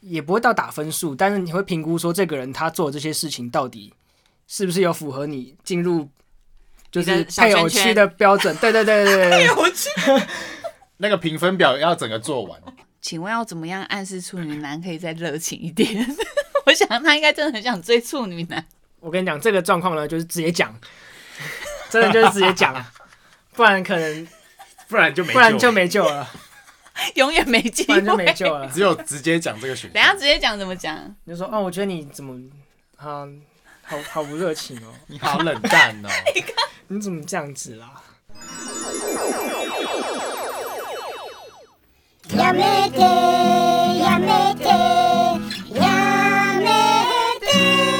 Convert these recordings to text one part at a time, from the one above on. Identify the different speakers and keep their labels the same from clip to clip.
Speaker 1: 也不会到打分数，但是你会评估说这个人他做这些事情到底是不是有符合你进入就是
Speaker 2: 你的小圈
Speaker 1: 配偶区
Speaker 2: 圈哎
Speaker 1: 的标准？对对对 对对对，
Speaker 3: 那个评分表要整个做完，
Speaker 2: 请问要怎么样暗示处女男可以再热情一点？ 我想他应该真的很想追处女男，
Speaker 1: 我跟你讲这个状况呢，就是直接讲，真的就是直接讲，不然可能
Speaker 3: 不然就没
Speaker 1: 不然
Speaker 3: 救
Speaker 1: 就没救 了，
Speaker 2: 永远没机
Speaker 1: 不
Speaker 2: 会。
Speaker 1: 然就没
Speaker 2: 等
Speaker 1: 救了。
Speaker 3: 只有直接讲这个选项。
Speaker 2: 一下直接讲怎么讲？
Speaker 1: 你就说哦，我觉得你怎么啊，好好不热情哦，
Speaker 3: 你好冷淡 哦，
Speaker 1: 你怎么这样子啦？
Speaker 4: やめてやめてやめて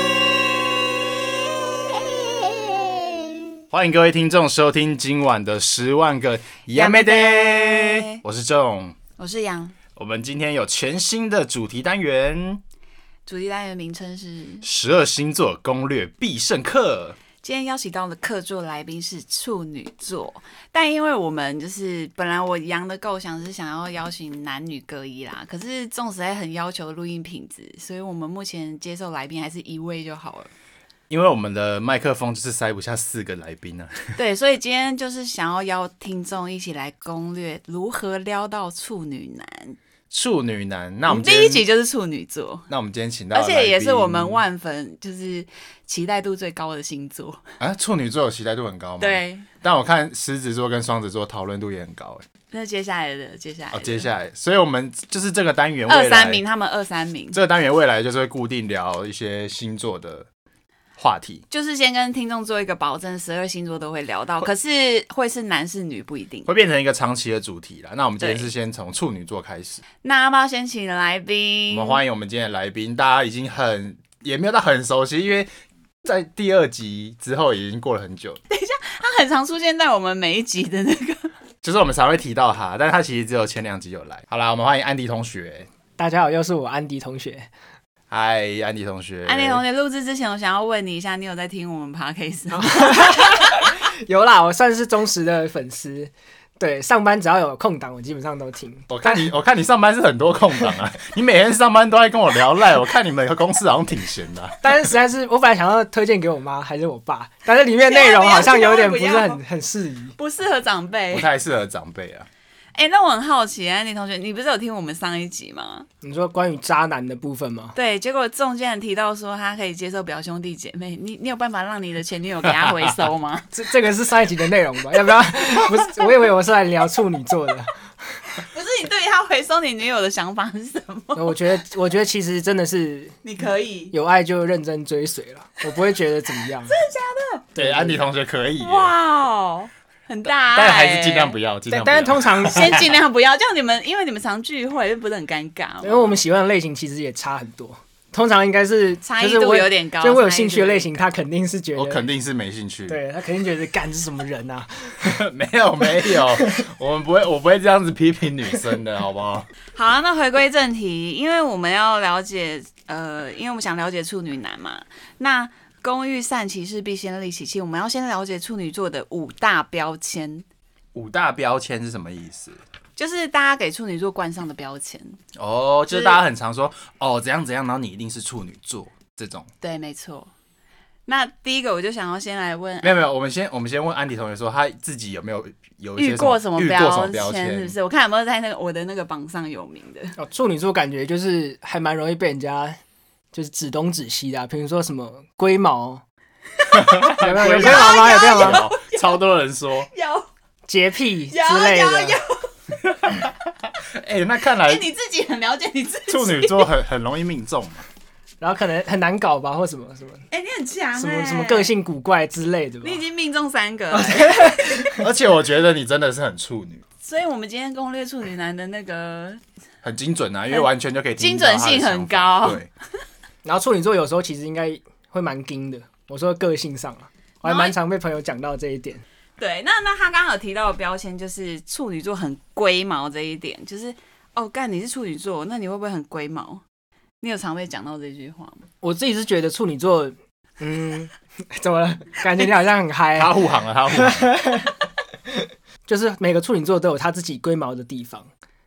Speaker 3: 欢迎各位听众收听今晚的十万个 y a m a d a 我是仲。
Speaker 2: 我是杨，
Speaker 3: 我们今天有全新的主题单元
Speaker 2: 主题单元名称是
Speaker 3: ——十二星座攻略必胜课。
Speaker 2: 今天邀请到的客座来宾是处女座，但因为我们就是本来我杨的构想是想要邀请男女各一啦，可是纵使在很要求录音品质，所以我们目前接受来宾还是一位就好了。
Speaker 3: 因为我们的麦克风就是塞不下四个来宾啊，
Speaker 2: 对，所以今天就是想要邀听众一起来攻略如何撩到处女男。
Speaker 3: 处女男。那
Speaker 2: 我
Speaker 3: 我
Speaker 2: 们
Speaker 3: 们
Speaker 2: 第一
Speaker 3: 今
Speaker 2: 集
Speaker 3: 天，
Speaker 2: 就是处女座。
Speaker 3: 那我们今天请到的
Speaker 2: 而
Speaker 3: 来宾，
Speaker 2: 且也是我们万粉就是期待度最高的星座，
Speaker 3: 啊，处女座有期待度很高吗？。
Speaker 2: 对。
Speaker 3: 但我看狮子座跟双子座讨论度也很高哎。
Speaker 2: 那接下来的，接下来的
Speaker 3: 哦，接下来，所以我们就是这个单元
Speaker 2: 二
Speaker 3: 未来
Speaker 2: 三名，他们二三名，
Speaker 3: 这个单元未来就是会固定聊一些星座的话题。
Speaker 2: 就是先跟听众做一个保证，十二星座都会聊到，可是会是男是女不一定。
Speaker 3: 会变成一个长期的主题啦。那我们今天
Speaker 2: 对
Speaker 3: 是先从处女座开始，
Speaker 2: 那要不要先请来
Speaker 3: 我
Speaker 2: 宾？
Speaker 3: 们欢迎我们今天的来宾，大家已经很也没有到很熟悉，因为在第二集之后已经过了很 久，
Speaker 2: 他很常出现在我们每一集的那个。
Speaker 3: 就是我们常会提到他，但他其实只有前两集有来。好啦，我们欢迎安迪同学，
Speaker 1: 大家好，又是我安迪同学。
Speaker 3: 嗨，安迪同学，
Speaker 2: 安利同学录制之前，我想要问你一下，你有在听我们 podcast 吗？
Speaker 1: 有啦，我算是忠实的粉丝。对，上班只要有空档，我基本上都听。
Speaker 3: 我看你，我看你上班是很多空档 啊，你每天上班都在跟我聊赖，我看你们公司好像挺闲的啊、
Speaker 1: 但是实在是，我本来想要推荐给我妈还是我爸，但是里面内容好像有点不是 很很适宜。
Speaker 2: 不适合长辈
Speaker 3: 不。太适合长辈啊。
Speaker 2: 哎、那我很好奇，安利同学，你不是有听我们上一集吗？
Speaker 1: 你说关于渣男的部分吗？
Speaker 2: 对，结果中间提到说他可以接受表兄弟姐妹，你你有办法让你的前女友给他回收 吗？
Speaker 1: 这这个是上一集的内容吧？要不要？不是，我以为我是来聊处女座的。
Speaker 2: 不是你对于他回收你女友的想法是什 么？
Speaker 1: 我觉得，我觉得其实真的是
Speaker 2: 你可以
Speaker 1: 有爱就认真追随了，我不会觉得怎么样。
Speaker 3: 对，安迪同学可以耶，
Speaker 2: 哇哦，很大、欸，
Speaker 3: 但还是尽量不要，尽
Speaker 1: 但
Speaker 3: 量不
Speaker 1: 但
Speaker 3: 要。
Speaker 1: 是通常，
Speaker 2: 先尽量不要，这样你们因为你们常聚会，不是很尴尬
Speaker 1: 因为
Speaker 2: 吗？
Speaker 1: 我们喜欢的类型其实也差很多，通常应该是
Speaker 2: 差
Speaker 1: 就
Speaker 2: 异
Speaker 1: 是
Speaker 2: 度
Speaker 1: 我
Speaker 2: 有点高
Speaker 1: 就我有
Speaker 2: 差异
Speaker 1: 兴
Speaker 2: 度
Speaker 1: 趣的
Speaker 2: 有
Speaker 1: 类
Speaker 2: 点
Speaker 1: 型，他肯定是觉得，
Speaker 3: 我肯定是没兴趣。
Speaker 1: 对他肯定觉得干这什么人啊？
Speaker 3: 没有没有，我们不会，我不会这样子批评女生的，好不好？
Speaker 2: 好啊，那回归正题，因为我们要了解，呃，因为我们想了解处女男嘛，那。工欲善其事，必先利其器。我们要先了解处女座的五大标签，
Speaker 3: 五大标签是什么意思？
Speaker 2: 就是大家给处女座冠上的标签。
Speaker 3: 哦，就是是大家很常说哦，怎样怎样，然后你一定是处女座这种。
Speaker 2: 对，没错。那第一个，我就想要先来问
Speaker 3: 没有没有，我们先我们先问安迪同学说他自己有没有有一些
Speaker 2: 遇过什么
Speaker 3: 遇过什么标
Speaker 2: 签，
Speaker 3: 签？
Speaker 2: 是不是？我看有没有在那个我的那个榜上有名的。
Speaker 1: 哦，处女座感觉就是还蛮容易被人家就是指东指西的啊、比如说什么龟毛， 有没有有龟毛吗？有龟毛吗？
Speaker 3: 有超多人说，
Speaker 2: 有，
Speaker 1: 洁癖之
Speaker 2: 有
Speaker 1: 类
Speaker 2: 有
Speaker 1: 的
Speaker 2: 有。
Speaker 3: 哎、那 看
Speaker 2: 哎、
Speaker 3: 来
Speaker 2: 你自己很了解你自己。
Speaker 3: 处女座很很容易命中嘛。
Speaker 1: 然后可能很难搞吧，或什么什么
Speaker 2: 哎、你很强、哎
Speaker 1: 什么什么个，性古怪之类的吧
Speaker 2: 你。已经命中三 个了。
Speaker 3: 而且我觉得你真的是很处女，
Speaker 2: 所以我们今天攻略处女男的那个，
Speaker 3: 很精准啊，因为完全就可以听
Speaker 2: 精
Speaker 3: 到
Speaker 2: 准
Speaker 3: 他的
Speaker 2: 性很
Speaker 3: 想法
Speaker 2: 高
Speaker 3: 对，
Speaker 1: 然后处女座有时候其实应该会蛮硬的，我说个性上啊，我还蛮常被朋友讲到这一点。
Speaker 2: 对，那那他刚刚有提到的标签就是处女座很龟毛这一点，就是哦，干你是处女座，那你会不会很龟毛？你有常被讲到这句话吗？
Speaker 1: 我自己是觉得处女座，嗯， 怎么了？感觉你好像很嗨、啊
Speaker 3: 他护航了，他护航了。
Speaker 1: 就是每个处女座都有他自己龟毛的地方，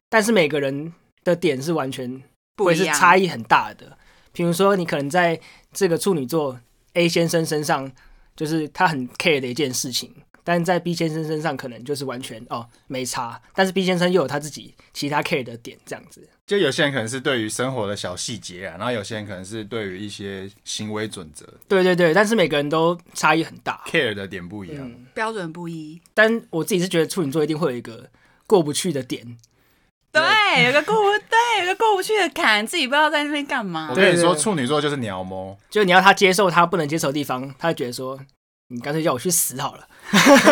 Speaker 1: 但是每个人的点是完全
Speaker 2: 不
Speaker 1: 会
Speaker 2: 一
Speaker 1: 是
Speaker 2: 样
Speaker 1: 差异很大的。比如说，你可能在这个处女座 A 先生身上，就是他很 care 的一件事情，但是在 B 先生身上可能就是完全哦没差，但是 B 先生又有他自己其他 care 的点，这样子。
Speaker 3: 就有些人可能是对于生活的小细节啊，然后有些人可能是对于一些行为准则
Speaker 1: 对对对，但是每个人都差异很大。
Speaker 3: care 的点不一样。
Speaker 1: 嗯，
Speaker 2: 标准不一。
Speaker 1: 但我自己是觉得处女座一定会有一个过不去的点，
Speaker 2: 对，有个过不对，有个过不去的坎，自己不知道在那边干嘛
Speaker 3: 我。跟你
Speaker 1: 对
Speaker 3: 说，
Speaker 1: 对对
Speaker 3: 处女座就是鸟猫，
Speaker 1: 就你要他接受他不能接受的地方，他就觉得说你干脆叫我去死好了，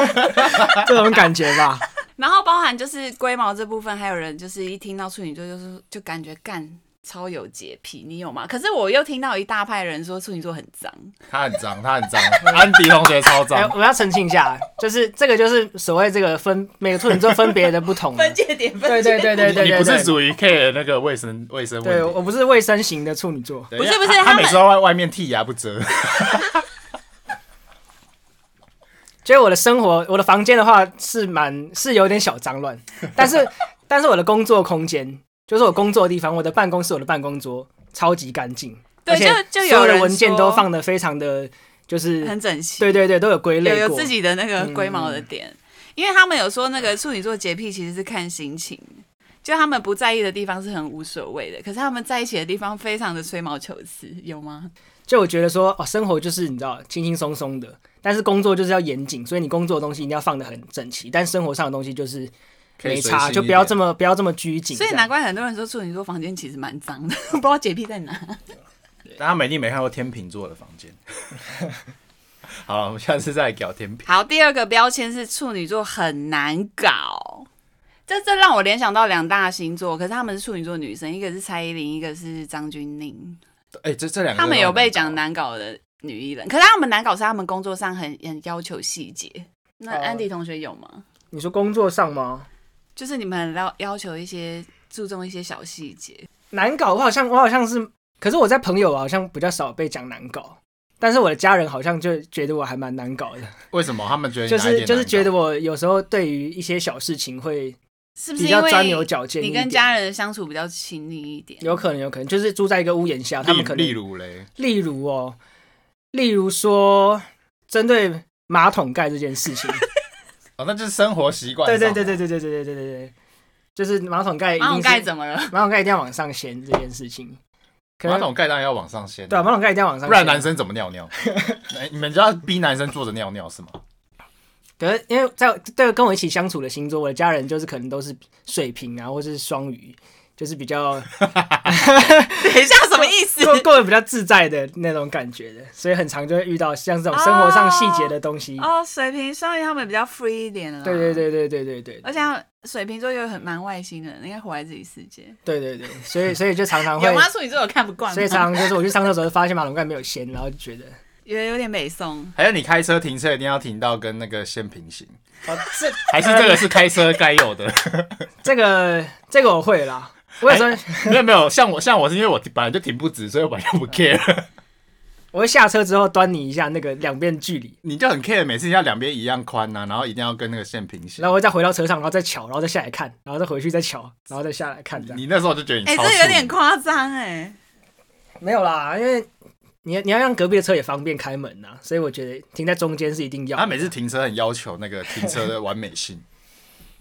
Speaker 1: 这种感觉吧。
Speaker 2: 然后包含就是龟毛这部分，还有人就是一听到处女座就是就感觉干超有洁癖，你有吗？可是我又听到一大派人说处女座很 脏，
Speaker 3: 它很脏，它很脏。安迪同学超
Speaker 1: 哎、
Speaker 3: 脏，
Speaker 1: 我要澄清一下，就是这个就是所谓这个分每个处女座分别的不同了。
Speaker 2: 分界点分
Speaker 1: 对
Speaker 2: 界
Speaker 1: 对对对对
Speaker 3: 你
Speaker 1: 对
Speaker 3: 不是
Speaker 1: 对，
Speaker 3: 属于 care 那个卫生卫生
Speaker 1: 对
Speaker 3: 问
Speaker 1: 我
Speaker 3: 题。
Speaker 1: 不是卫生型的处女座，
Speaker 3: 对
Speaker 2: 不是
Speaker 3: 因为
Speaker 2: 不是
Speaker 3: 他
Speaker 2: 他
Speaker 3: 每
Speaker 2: 们
Speaker 3: 次都在外面剔牙不 折，
Speaker 1: 就是我的生活，我的房间的话是蛮是有点小脏 乱，但是但是我的工作空间，就是我工作的地方，我的办公室，我的办公桌超级干净，
Speaker 2: 对
Speaker 1: 而且
Speaker 2: 就就有
Speaker 1: 所有的
Speaker 2: 人
Speaker 1: 文件
Speaker 2: 说
Speaker 1: 都放的非常的就是
Speaker 2: 很整齐。
Speaker 1: 对对对，都有归类
Speaker 2: 有
Speaker 1: 过，
Speaker 2: 有自己的那个龟毛的点，因为他们有说那个处女座洁癖其实是看心情，就他们不在意的地方是很无所谓的，可是他们在一起的地方非常的吹毛求疵，有吗？
Speaker 1: 就我觉得说，哦，生活就是你知道轻轻松松的，但是工作就是要严谨，所以你工作的东西一定要放的很整齐，但生活上的东西就是
Speaker 3: 可以
Speaker 1: 没
Speaker 3: 随
Speaker 1: 差，
Speaker 3: 性
Speaker 1: 就
Speaker 3: 一
Speaker 1: 不要
Speaker 3: 点
Speaker 1: 这么不要这么拘谨这
Speaker 2: 所以
Speaker 1: 样。
Speaker 2: 难怪很多人说处女座房间其实蛮脏的， 不知道洁癖在哪。
Speaker 3: 大家美丽没看过天秤座的房间。 好了，我们下次再来聊天秤。
Speaker 2: 好，第二个标签是处女座很难搞。这这让我联想到两大星座，可是他们是处女座女生，一个是蔡依林，一个是张钧甯。
Speaker 3: 哎、这这两个
Speaker 2: 他们有被讲
Speaker 3: 的，
Speaker 2: 难搞的女艺人，可是他们难搞是他们工作上很很要求细节。那
Speaker 1: 哦
Speaker 2: 安迪同学有吗？
Speaker 1: 你说工作上吗？
Speaker 2: 就是你们很要要求一些注重一些小细节，
Speaker 1: 难搞，我好像我好像是，可是我在朋友好像比较少被讲难搞，但是我的家人好像就觉得我还蛮难搞的，
Speaker 3: 为什么他们觉得你
Speaker 1: 就
Speaker 3: 哪一点
Speaker 1: 是就是
Speaker 3: 难搞
Speaker 1: 觉得我有时候对于一些小事情会
Speaker 2: 是不
Speaker 1: 比
Speaker 2: 是因
Speaker 1: 较钻牛
Speaker 2: 为
Speaker 1: 角尖一
Speaker 2: 你
Speaker 1: 点，
Speaker 2: 跟家人的相处比较亲密一点？
Speaker 1: 有可能有可能就是住在一个屋檐下，他
Speaker 3: 例
Speaker 1: 们可能
Speaker 3: 例如嘞，
Speaker 1: 例如哦，例如说针对马桶盖这件事情，
Speaker 3: 哦，那就是生活习惯。
Speaker 1: 对对对对，对对对对对对对，就是马桶盖一定
Speaker 2: 马
Speaker 1: 是，
Speaker 2: 桶盖怎么 了？
Speaker 1: 马桶盖一定要往上掀这件事情，可
Speaker 3: 马
Speaker 1: 能
Speaker 3: 桶盖当然要往上掀，
Speaker 1: 对啊，马桶盖一定要往上掀，
Speaker 3: 不然男生怎么 尿尿？哎你们就要逼男生坐着尿尿是吗？
Speaker 1: 可是因为在对跟我一起相处的星座，我的家人就是可能都是水瓶啊，或者是双鱼，就是比较
Speaker 2: 等一下什么意思？
Speaker 1: 过过得比较自在的那种感觉的，所以很常就会遇到像这种生活上细节的东西。
Speaker 2: 哦，水瓶双鱼他们比较 free 一点了。
Speaker 1: 对对。对对对对对，
Speaker 2: 而且他们水瓶座又很蛮外星人，应该活在自己世界。
Speaker 1: 对对对，所以所以就常常会
Speaker 2: 有吗？处女座有看不惯吗？
Speaker 1: 所
Speaker 3: 啊
Speaker 1: 以常常就是我去上厕所就发现马桶盖没有掀，然后就觉得
Speaker 2: 有有点美颂。
Speaker 3: 还有你开车停车一定要停到跟那个线平 行，
Speaker 1: 哦，这
Speaker 3: 还是这个是开车该有的？
Speaker 1: 这个这个我会啦。我有时候
Speaker 3: 没有没有，像我像我是因为我本来就停不直，所以我本来就不 care。
Speaker 1: 我会下车之后端你一下那个两边距离，
Speaker 3: 你就很 care，每次要两边一样宽呐、然后一定要跟那个线平行
Speaker 1: 然。后我再回到车上，然后再瞧，然后再下来看，然后再回去再瞧，然后再下来看这样。
Speaker 3: 你那时候就觉得你
Speaker 2: 哎、
Speaker 3: 超
Speaker 2: 这有点
Speaker 3: 处
Speaker 2: 夸张哎。
Speaker 1: 没有啦，因为你你要让隔壁的车也方便开门呐、所以我觉得停在中间是一定
Speaker 3: 女
Speaker 1: 要的。
Speaker 3: 他每次停车很要求那个停车的完美性，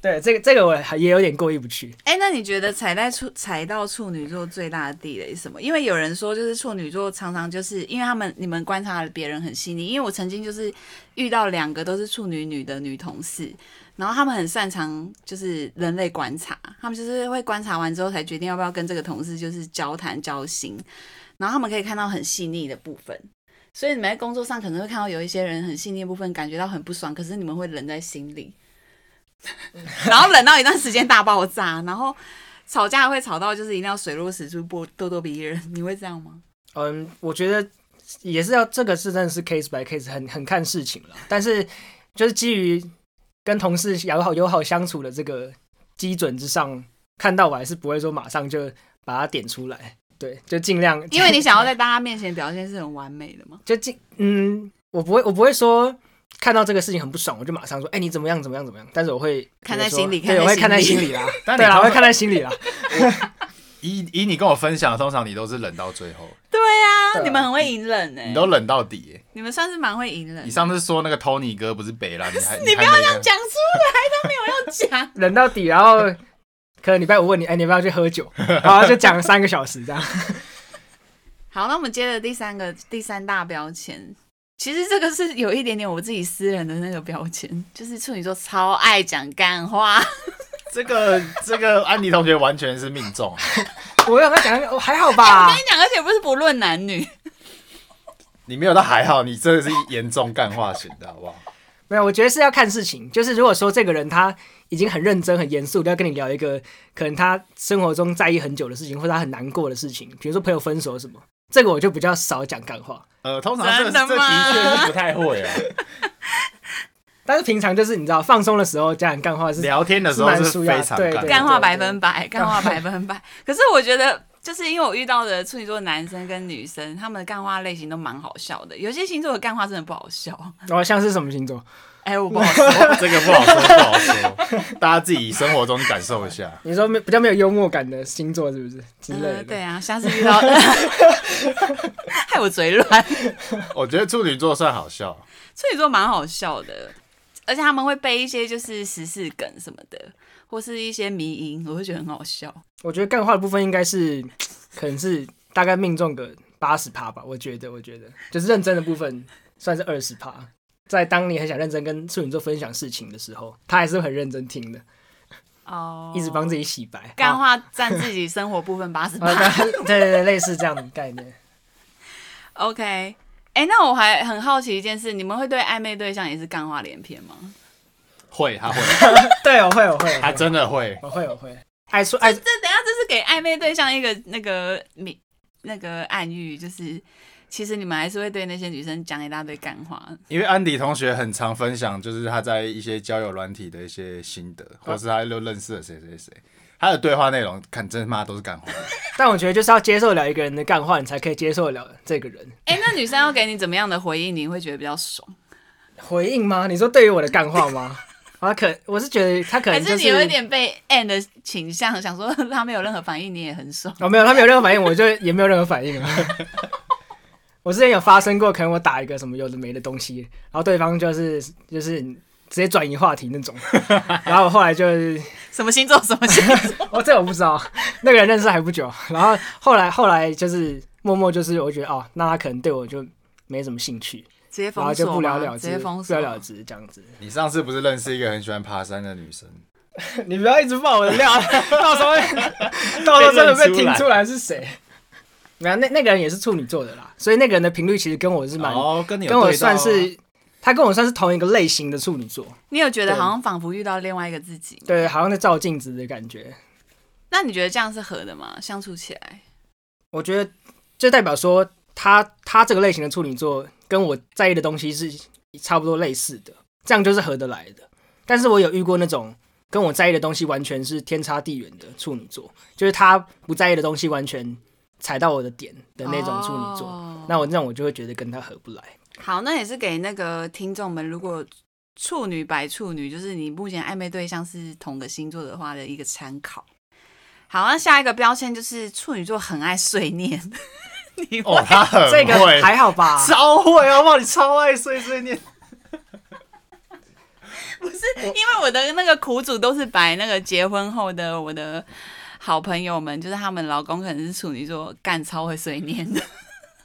Speaker 1: 对这个这个我还也有点过意不去。
Speaker 2: 哎、那你觉得踩在处踩到处女座最大的地雷是什么？因为有人说，就是处女座常常就是因为他们你们观察了别人很细腻，因为我曾经就是遇到两个都是处女女的女同事，然后他们很擅长就是人类观察，他们就是会观察完之后才决定要不要跟这个同事就是交谈交心，然后他们可以看到很细腻的部分。所以你们在工作上可能会看到有一些人很细腻的部分，感觉到很不爽，可是你们会忍在心里，然后忍到一段时间大爆炸，然后吵架会吵到就是一定要水落石出，不咄咄逼人。你会这样吗？
Speaker 1: 嗯，我觉得也是要这个是真的是 case by case，很很看事情了。但是就是基于跟同事友好友好相处的这个基准之上，看到我还是不会说马上就把它点出来。对，就尽量
Speaker 2: 因为你想要在大家面前表现是很完美的嘛。
Speaker 1: 就尽嗯，我不会我不会说。看到这个事情很不爽，我就马上说：“哎、你怎么样？怎么样？怎么样？”但是我会
Speaker 2: 看在
Speaker 1: 觉得说
Speaker 2: 心里看
Speaker 1: 对，
Speaker 2: 在
Speaker 1: 我会
Speaker 2: 心
Speaker 1: 看在
Speaker 2: 里
Speaker 1: 心里啦。
Speaker 3: 但你
Speaker 1: 对啦，
Speaker 3: 通
Speaker 1: 我会
Speaker 3: 常
Speaker 1: 看在心里啦。
Speaker 3: 以以你跟我分享，通常你都是冷到最后，
Speaker 2: 对啊，
Speaker 1: 对啊。
Speaker 2: 你们很会隐忍哎、
Speaker 3: 你都冷到底耶、
Speaker 2: 你们算是蛮会隐忍
Speaker 3: 你。上次说那个 Tony 哥不是北啦，你 还
Speaker 2: 你不要
Speaker 3: 还没
Speaker 2: 这样讲出来，他没有要讲
Speaker 1: 忍到底，然后可能礼拜五问你，哎、你要不要去喝 酒？然后就讲三个小时这样。
Speaker 2: 好，那我们接着第三个第三大标签，其实这个是有一点点我自己私人的那个标签，就是处女座超爱讲干话。
Speaker 3: 这个这个安迪同学完全是命中啊、
Speaker 1: 我有跟他讲，哦还好
Speaker 2: 我
Speaker 1: 吧
Speaker 2: 跟你。讲，而且不是不论男女，
Speaker 3: 你没有到还好，你真的是严重干化型的好不好？
Speaker 1: 没有，我觉得是要看事情。就是如果说这个人他已经很认真、很严肃，要跟你聊一个可能他生活中在意很久的事情，或者他很难过的事情，比如说朋友分手什么，这个我就比较少讲干话。
Speaker 3: 呃，通常这
Speaker 2: 真的
Speaker 3: 这
Speaker 2: 吗
Speaker 3: 的确是不太会 啊。
Speaker 1: 但是平常就是你知道，放松的时候讲讲干话是
Speaker 2: 嗯
Speaker 3: 聊天的时候是非常
Speaker 1: 对
Speaker 3: 干
Speaker 1: 对
Speaker 2: 干
Speaker 3: 的。哦
Speaker 2: 话百分百，干话百分 百。可是我觉得，就是因为我遇到的处女座男生跟女生，他们的干话类型都蛮好笑的。有些星座的干话真的不好笑，
Speaker 1: 哦，像是什么星座？
Speaker 2: 哎、我不好说。
Speaker 3: 这个不好说，不好说，大家自己生活中感受一下。
Speaker 1: 你说没比较没有幽默感的星座是不是之类的？
Speaker 2: 呃，对啊，下次遇 到，害我嘴软。
Speaker 3: 我觉得处女座算好笑，
Speaker 2: 处女座蛮好笑的，而且他们会背一些就是时事梗什么的，或是一些迷音，我会觉得很好笑。
Speaker 1: 我觉得干话的部分应该是，可能是大概命中个八十趴吧。我觉得，我觉得就是认真的部分算是二十趴。在当你很想认真跟处女座分享事情的时候，他还是会很认真听的，
Speaker 2: 哦
Speaker 1: 一直帮自
Speaker 2: 己
Speaker 1: 己洗白。
Speaker 2: 干
Speaker 1: 话，
Speaker 2: 话占自己生活部分 八十八
Speaker 1: 啊。 对对对，类似这样的概念。
Speaker 2: OK，哎、那我还很好奇一件事，你们会对暧昧对象也是干话连篇吗？
Speaker 3: 会他会，
Speaker 1: 对，我会，我会，
Speaker 3: 他真的会。
Speaker 1: 我会，我会。爱出爱
Speaker 2: 这等一下这是给暧昧对象一个那个你那个暗喻，就是其实你们还是会对那些女生讲一大堆干话。
Speaker 3: 因为安迪同学很常分享，就是他在一些交友软体的一些心得，
Speaker 1: 哦
Speaker 3: 或是他又认识了谁谁谁，他的对话内容，看真他妈都是干话。
Speaker 1: 但我觉得就是要接受了一个人的干话，你才可以接受了这个人
Speaker 2: 哎、那女生要给你怎么样的回应，你会觉得比较爽？
Speaker 1: 回应吗？你说对于我的干话吗？ 啊，可我是觉得他可能
Speaker 2: 还
Speaker 1: 就是
Speaker 2: 你有一点被 end 的倾向，想说 他没有任何反应，你也很爽。
Speaker 1: 哦，没有，他没有任何反应，我就也没有任何反应啊。 我之前有发生过，可能我打一个什么有的没的东西，然后对方就是就是直接转移话题那种，然后我后来就是
Speaker 2: 什么星座？什么星座？
Speaker 1: 哦，这我不知道，那个人认识还不久，然后后来后来就是默默就是我觉得哦，那他可能对我就没什么兴趣，
Speaker 2: 直接
Speaker 1: 然后
Speaker 2: 封
Speaker 1: 啊就
Speaker 2: 锁
Speaker 1: 不了
Speaker 2: 吗
Speaker 1: 了
Speaker 2: 直
Speaker 1: 之，
Speaker 2: 接
Speaker 1: 不
Speaker 2: 封
Speaker 1: 了
Speaker 2: 锁
Speaker 1: 了之这样子。
Speaker 3: 你上次不是认识一个很喜欢爬山的女生？
Speaker 1: 你不要一直爆我的 料，到时候会 到时候真的被听出来是谁。没有，那那个人也是处女座的啦，所以那个人的频率其实跟我是蛮
Speaker 3: 哦，跟你有
Speaker 1: 跟我
Speaker 3: 对到啊
Speaker 1: 算是，他跟我算是同一个类型的处女座，
Speaker 2: 你有觉得好像仿佛遇到另外一个自己？
Speaker 1: 对，好像在照镜子的感觉。
Speaker 2: 那你觉得这样是合的吗？相处起来？
Speaker 1: 我觉得这代表说他他这个类型的处女座跟我在意的东西是差不多类似的，这样就是合得来的。但是我有遇过那种跟我在意的东西完全是天差地远的处女座，就是他不在意的东西完全踩到我的点的那种处女座。
Speaker 2: 哦
Speaker 1: 那我那种我就会觉得跟他合不来。
Speaker 2: 好，那也是给那个听众们，如果处女白处女，就是你目前暧昧对象是同个星座的话的一个参考。好，那下一个标签就是处女座很爱碎念， 你会
Speaker 3: 哦，他很
Speaker 1: 这
Speaker 3: 会，
Speaker 1: 个还好吧？
Speaker 3: 超会好不好？你超爱碎碎念。
Speaker 2: 不是因为我的那个苦主都是摆那个结婚后的我的好朋友们，就是他们老公可能是处女座，干超会碎念的。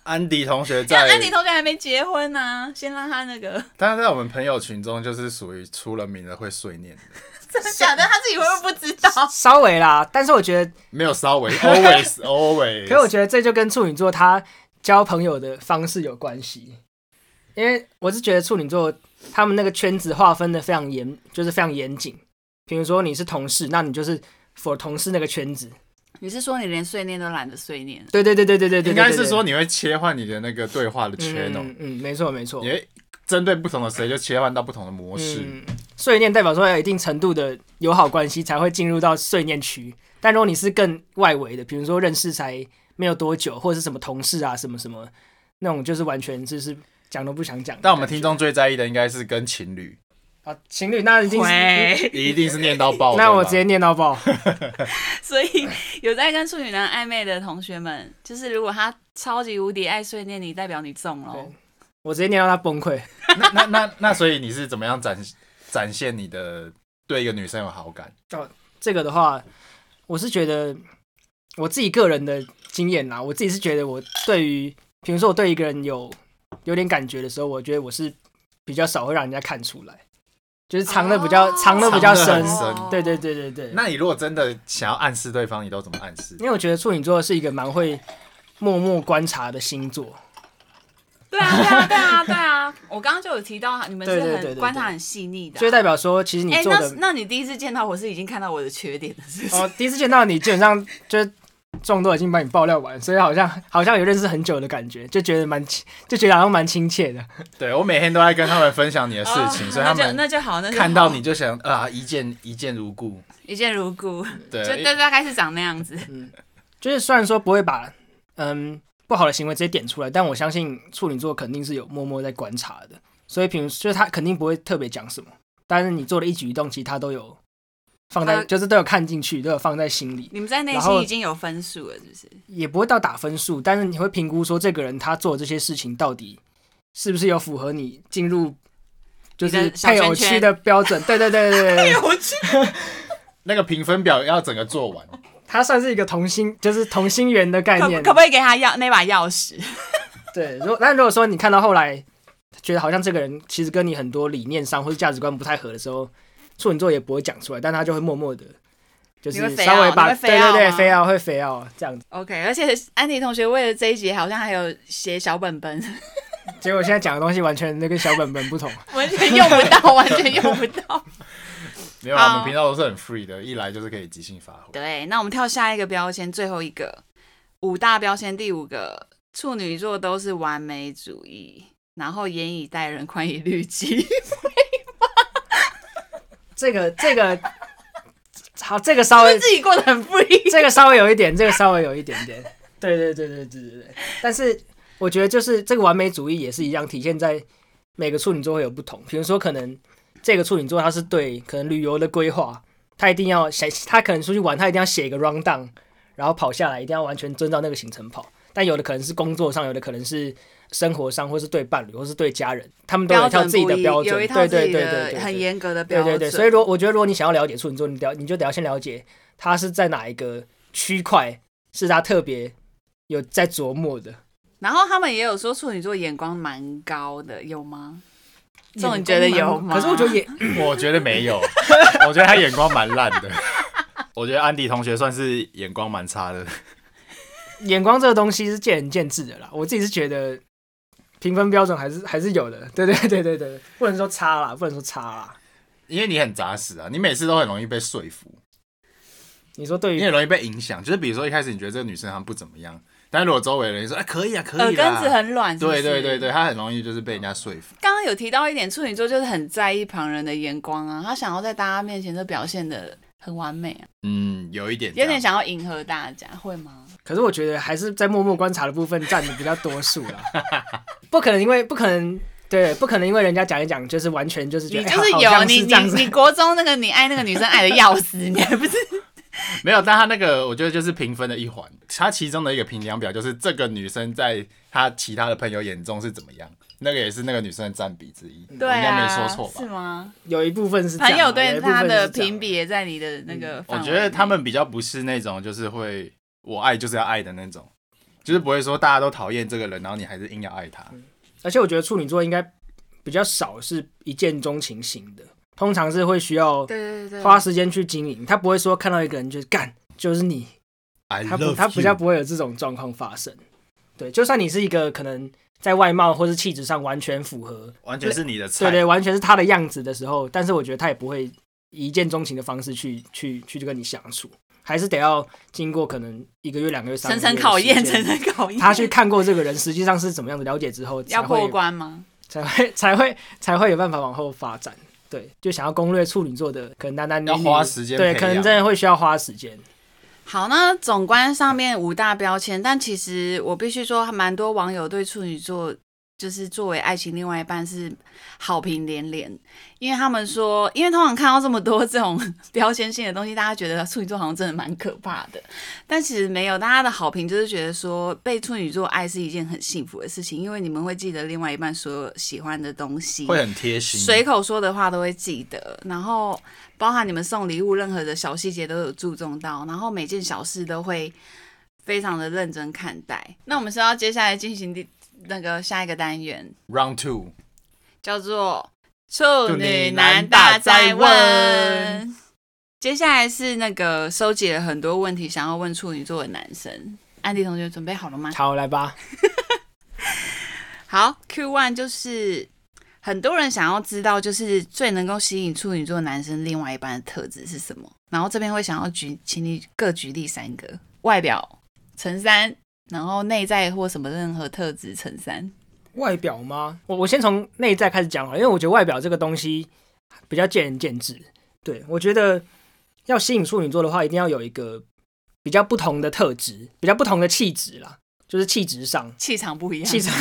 Speaker 3: 安迪同学
Speaker 2: 像
Speaker 3: 在，
Speaker 2: 安迪同学还没结婚呢、先让他那个
Speaker 3: 但是在我们朋友群中就是属于出了名的会碎念的，
Speaker 2: 真的假的，他自己会不会不知道？
Speaker 1: 稍微啦，但是我觉得
Speaker 3: 没有稍 微 always always。
Speaker 1: 可是我觉得这就跟处女座他交朋友的方式有关系，因为我是觉得处女座他们那个圈子划分的非常严，就是非常严谨。比如说你是同事，那你就是 for 同事那个圈子。
Speaker 2: 你是说你连碎念都懒得碎念？
Speaker 1: 对对对对对对对，
Speaker 3: 应该
Speaker 1: 对
Speaker 3: 是说你会切换你的哦那个对话的
Speaker 1: 对
Speaker 3: channel，、
Speaker 1: 嗯嗯，没错没错
Speaker 3: 你。会针对不同的谁就切换到不同的模式。
Speaker 1: 嗯，碎念代表说要有一定程度的友好关系才会进入到碎念区，但如果你是更外围的，比如说认识才没有多久，或者是什么同事啊什么什么那种，就是完全就是讲都不想讲的感觉。
Speaker 3: 但我们听众最在意的应该是跟情侣，
Speaker 1: 啊，情侣那已经是，
Speaker 2: 喂，
Speaker 3: 一定是念到爆。
Speaker 1: 那我
Speaker 3: 对吧
Speaker 1: 直接念到爆。
Speaker 2: 所以 有在跟处女男暧昧的同学们，就是如果他超级无敌爱碎念你，代表你中哦喽
Speaker 1: 对。我直接念到他崩溃。
Speaker 3: 那那那那，所以你是怎么样展展现你的对一个女生有好感？
Speaker 1: 这个的话，我是觉得我自己个人的经验啦，我自己是觉得我对于，比如说我对一个人有有点感觉的时候，我觉得我是比较少会让人家看出来，就是藏的比较、
Speaker 2: 哦
Speaker 1: 藏的比较
Speaker 3: 藏得
Speaker 1: 深
Speaker 3: 很。深
Speaker 1: 对对对对对，
Speaker 3: 那你如果真的想要暗示对方，你都怎么暗示
Speaker 1: 因？为我觉得处女座是一个蛮会默默观察的星座。
Speaker 2: 对啊，对啊，对啊，对啊！我刚刚就有提到，你们
Speaker 1: 对对
Speaker 2: 是
Speaker 1: 对对
Speaker 2: 很
Speaker 1: 对
Speaker 2: 观察很细腻的啊。
Speaker 1: 所以代表说，其实你
Speaker 2: 哎，
Speaker 1: 做
Speaker 2: 那
Speaker 1: 的、
Speaker 2: 那你第一次见到我是已经看到我的缺点了， 是不是？
Speaker 1: 哦，第一次见到你，基本上就是众多已经把你爆料完，所以好像好像有认识很久的感觉，就觉得蛮亲就觉得好像蛮亲切的。
Speaker 3: 对我每天都在跟他们分享你的事情，
Speaker 2: 哦
Speaker 3: 所以他
Speaker 2: 那就
Speaker 3: 们
Speaker 2: 那就好，那就好
Speaker 3: 看到你就想啊，一见一见如故。
Speaker 2: 一见如故，就
Speaker 3: 对，
Speaker 2: 大大概是长那样子。
Speaker 1: 就是虽然说不会把嗯不好的行为直接点出来，但我相信处女座肯定是有默默在观察的，所以平就是他肯定不会特别讲什么，但是你做的一举一动，其实他都有放在，
Speaker 2: 他
Speaker 1: 就是都有看进去，都有放在心里，
Speaker 2: 你们在内
Speaker 1: 然后
Speaker 2: 心已经有分数了，是 不是？
Speaker 1: 也不会到打分数，但是你会评估说这个人他做这些事情到底是不是有符合你进入。就是
Speaker 2: 你的小圈
Speaker 1: 配偶区
Speaker 2: 圈
Speaker 1: 的标准，对对对对对对，
Speaker 2: 我去，
Speaker 3: 那个评分表要整个做完。
Speaker 1: 它算是一个同心，就是同心圆的概
Speaker 2: 可
Speaker 1: 念。
Speaker 2: 可不可以给他钥那把钥匙？
Speaker 1: 对，如果但如果说你看到后来觉得好像这个人其实跟你很多理念上或者价值观不太合的时候，处女座也不会讲出来，但他就会默默的，就
Speaker 2: 你会
Speaker 1: 是
Speaker 2: 肥
Speaker 1: 稍微
Speaker 2: 奥你
Speaker 1: 把
Speaker 2: 会肥
Speaker 1: 对对
Speaker 2: 奥
Speaker 1: 对
Speaker 2: 吗
Speaker 1: 非要会非要这样子。
Speaker 2: OK，而且安迪同学为了这一节好像还有写小本本，
Speaker 1: 结果现在讲的东西完全那跟小本本不同。
Speaker 2: 完全用不到，完全用不 到。
Speaker 3: 没有啊，
Speaker 2: 好
Speaker 3: 我们频道都是很 free 的，一来就是可以即兴发挥。
Speaker 2: 对，那我们跳下一个标签，最后一个五大标签，第五个处女座都是完美主义，然后严以待人，宽以 律己。
Speaker 1: 这个这个好，这个稍微
Speaker 2: 自己过得很 free。
Speaker 1: 这个稍微有一点，这个稍微有一点点。对对对对对对对。但是我觉得就是这个完美主义也是一样，体现在每个处女座会有不同。比如说，可能这个处女座他是对可能旅游的规划，他一定要写，他可能出去玩，他一定要写一个 round down，然后跑下来一定要完全遵照那个行程跑。但有的可能是工作上，有的可能是生活上，或是对伴侣，或是对家人，他们都有一套自己的标准，
Speaker 2: 有一套
Speaker 1: 对
Speaker 2: 自
Speaker 1: 对
Speaker 2: 己
Speaker 1: 对对对
Speaker 2: 的
Speaker 1: 对，
Speaker 2: 很严格的标
Speaker 1: 对
Speaker 2: 准。
Speaker 1: 对对，所以如果我觉得，如果你想要了解处女座，你了你就得要先了解他是在哪一个区块，是他特别有在琢磨的。
Speaker 2: 然后他们也有说处女座眼光蛮高的，有吗？这种你觉得有吗？
Speaker 1: 可是我觉得也
Speaker 3: 我觉得 没有，我觉得他眼光蛮烂的。我觉得安迪同学算是眼光蛮差的。
Speaker 1: 眼光这个东西是见仁见智的啦。我自己是觉得评分标准还是还是有的，对对对对对，不能说差啦，不能说差啦。
Speaker 3: 因为你很杂食啊，你每次都很容易被说服，
Speaker 1: 你说对
Speaker 3: 你
Speaker 1: 于
Speaker 3: 很容易被影响。就是比如说一开始你觉得这个女生好像不怎么样，但是如果周围的人说，哎、可以啊，可
Speaker 2: 耳
Speaker 3: 以啦，
Speaker 2: 根子很软是不
Speaker 3: 对
Speaker 2: 是，
Speaker 3: 对对对，她很容易就是被人家说服。
Speaker 2: 刚刚有提到一点，处女座就是很在意旁人的眼光啊，他想要在大家面前都表现的很完美啊，
Speaker 3: 嗯，有一点这
Speaker 2: 有
Speaker 3: 样，
Speaker 2: 点想要迎合大家，会吗？
Speaker 1: 可是我觉得还是在默默观察的部分占的比较多数啦，不可能因为不可能。对，不可能因为人家讲一讲，就是完全就是觉得
Speaker 2: 你就是
Speaker 1: 哎好
Speaker 2: 有、
Speaker 1: 像
Speaker 2: 你
Speaker 1: 这样子
Speaker 2: 你你国中那个你爱那个女生爱的要死，你还不是
Speaker 3: 没有，但她那个我觉得就是评分的一环，她其中的一个评量表就是这个女生在她其他的朋友眼中是怎么样，那个也是那个女生的占比之一，
Speaker 2: 对
Speaker 3: 我应该
Speaker 2: 啊？
Speaker 3: 没说错吧
Speaker 2: 是？吗？
Speaker 1: 有一部分是这样
Speaker 2: 朋
Speaker 1: 啊嗯
Speaker 2: 友对他的
Speaker 1: 有一
Speaker 2: 评，
Speaker 1: 部分是这样
Speaker 2: 比也在你的那个
Speaker 3: 我
Speaker 2: 范围内，
Speaker 3: 觉得他们比较不是那种就是会我爱就是要爱的那种，就是不会说大家都讨厌这个人，然后你还是硬要爱他。
Speaker 1: 而且我觉得处女座应该比较少是一见钟情型的，通常是会需要
Speaker 2: 对对对对
Speaker 1: 花时间去经营，他不会说看到一个人就干就是你，
Speaker 3: I
Speaker 1: 他
Speaker 3: love
Speaker 1: 不他
Speaker 3: you
Speaker 1: 比较不会有这种状况发生。对，就算你是一个可能在外貌或是气质上完全符合，
Speaker 3: 完全是你的菜。
Speaker 1: 对对，完全是他的样子的时候，但是我觉得他也不会以一见钟情的方式去去去跟你相处，还是得要经过可能一个月、两个月、三个
Speaker 2: 层
Speaker 1: 月
Speaker 2: 层考验，
Speaker 1: 的时间
Speaker 2: 层层考验，
Speaker 1: 他去看过这个人实际上是怎么样的了解之后，才
Speaker 2: 要
Speaker 1: 会
Speaker 2: 过
Speaker 1: 有
Speaker 2: 关吗？
Speaker 1: 才会才会才会有办法往后发展。对，就想要攻略处女座的，可能单单女
Speaker 3: 要
Speaker 1: 女
Speaker 3: 花时间
Speaker 1: 对，
Speaker 3: 培
Speaker 1: 可能
Speaker 3: 养
Speaker 1: 真的会需要花时间。
Speaker 2: 好，那总观上面五大标签，但其实我必须说，蛮多网友对处女座就是作为爱情另外一半是好评连连，因为他们说，因为通常看到这么多这种标签性的东西，大家觉得处女座好像真的蛮可怕的，但其实没有，大家的好评就是觉得说被处女座爱是一件很幸福的事情，因为你们会记得另外一半所有喜欢的东西，
Speaker 3: 会很贴心。
Speaker 2: 随口说的话都会记得，然后包含你们送礼物任何的小细节都有注重到，然后每件小事都会非常的认真看待。那我们是要接下来进行第那个下一个单元，
Speaker 3: Round Two，
Speaker 2: 叫做处女男大灾问。接下来是那个收集了很多问题想要问处女座的男生，安迪同学准备好了吗？
Speaker 1: 好，来吧。
Speaker 2: 好，Q one 就是很多人想要知道，就是最能够吸引处女座男生另外一半的特质是什么。然后这边会想要举，请你各举例三个：外表乘三，然后内在或什么任何特质乘三。
Speaker 1: 外表吗？我我先从内在开始讲好了，因为我觉得外表这个东西比较见仁见智。对我觉得要吸引处女座的话，一定要有一个比较不同的特质，比较不同的气质啦，就是气质上，
Speaker 2: 气场不一样，
Speaker 1: 气场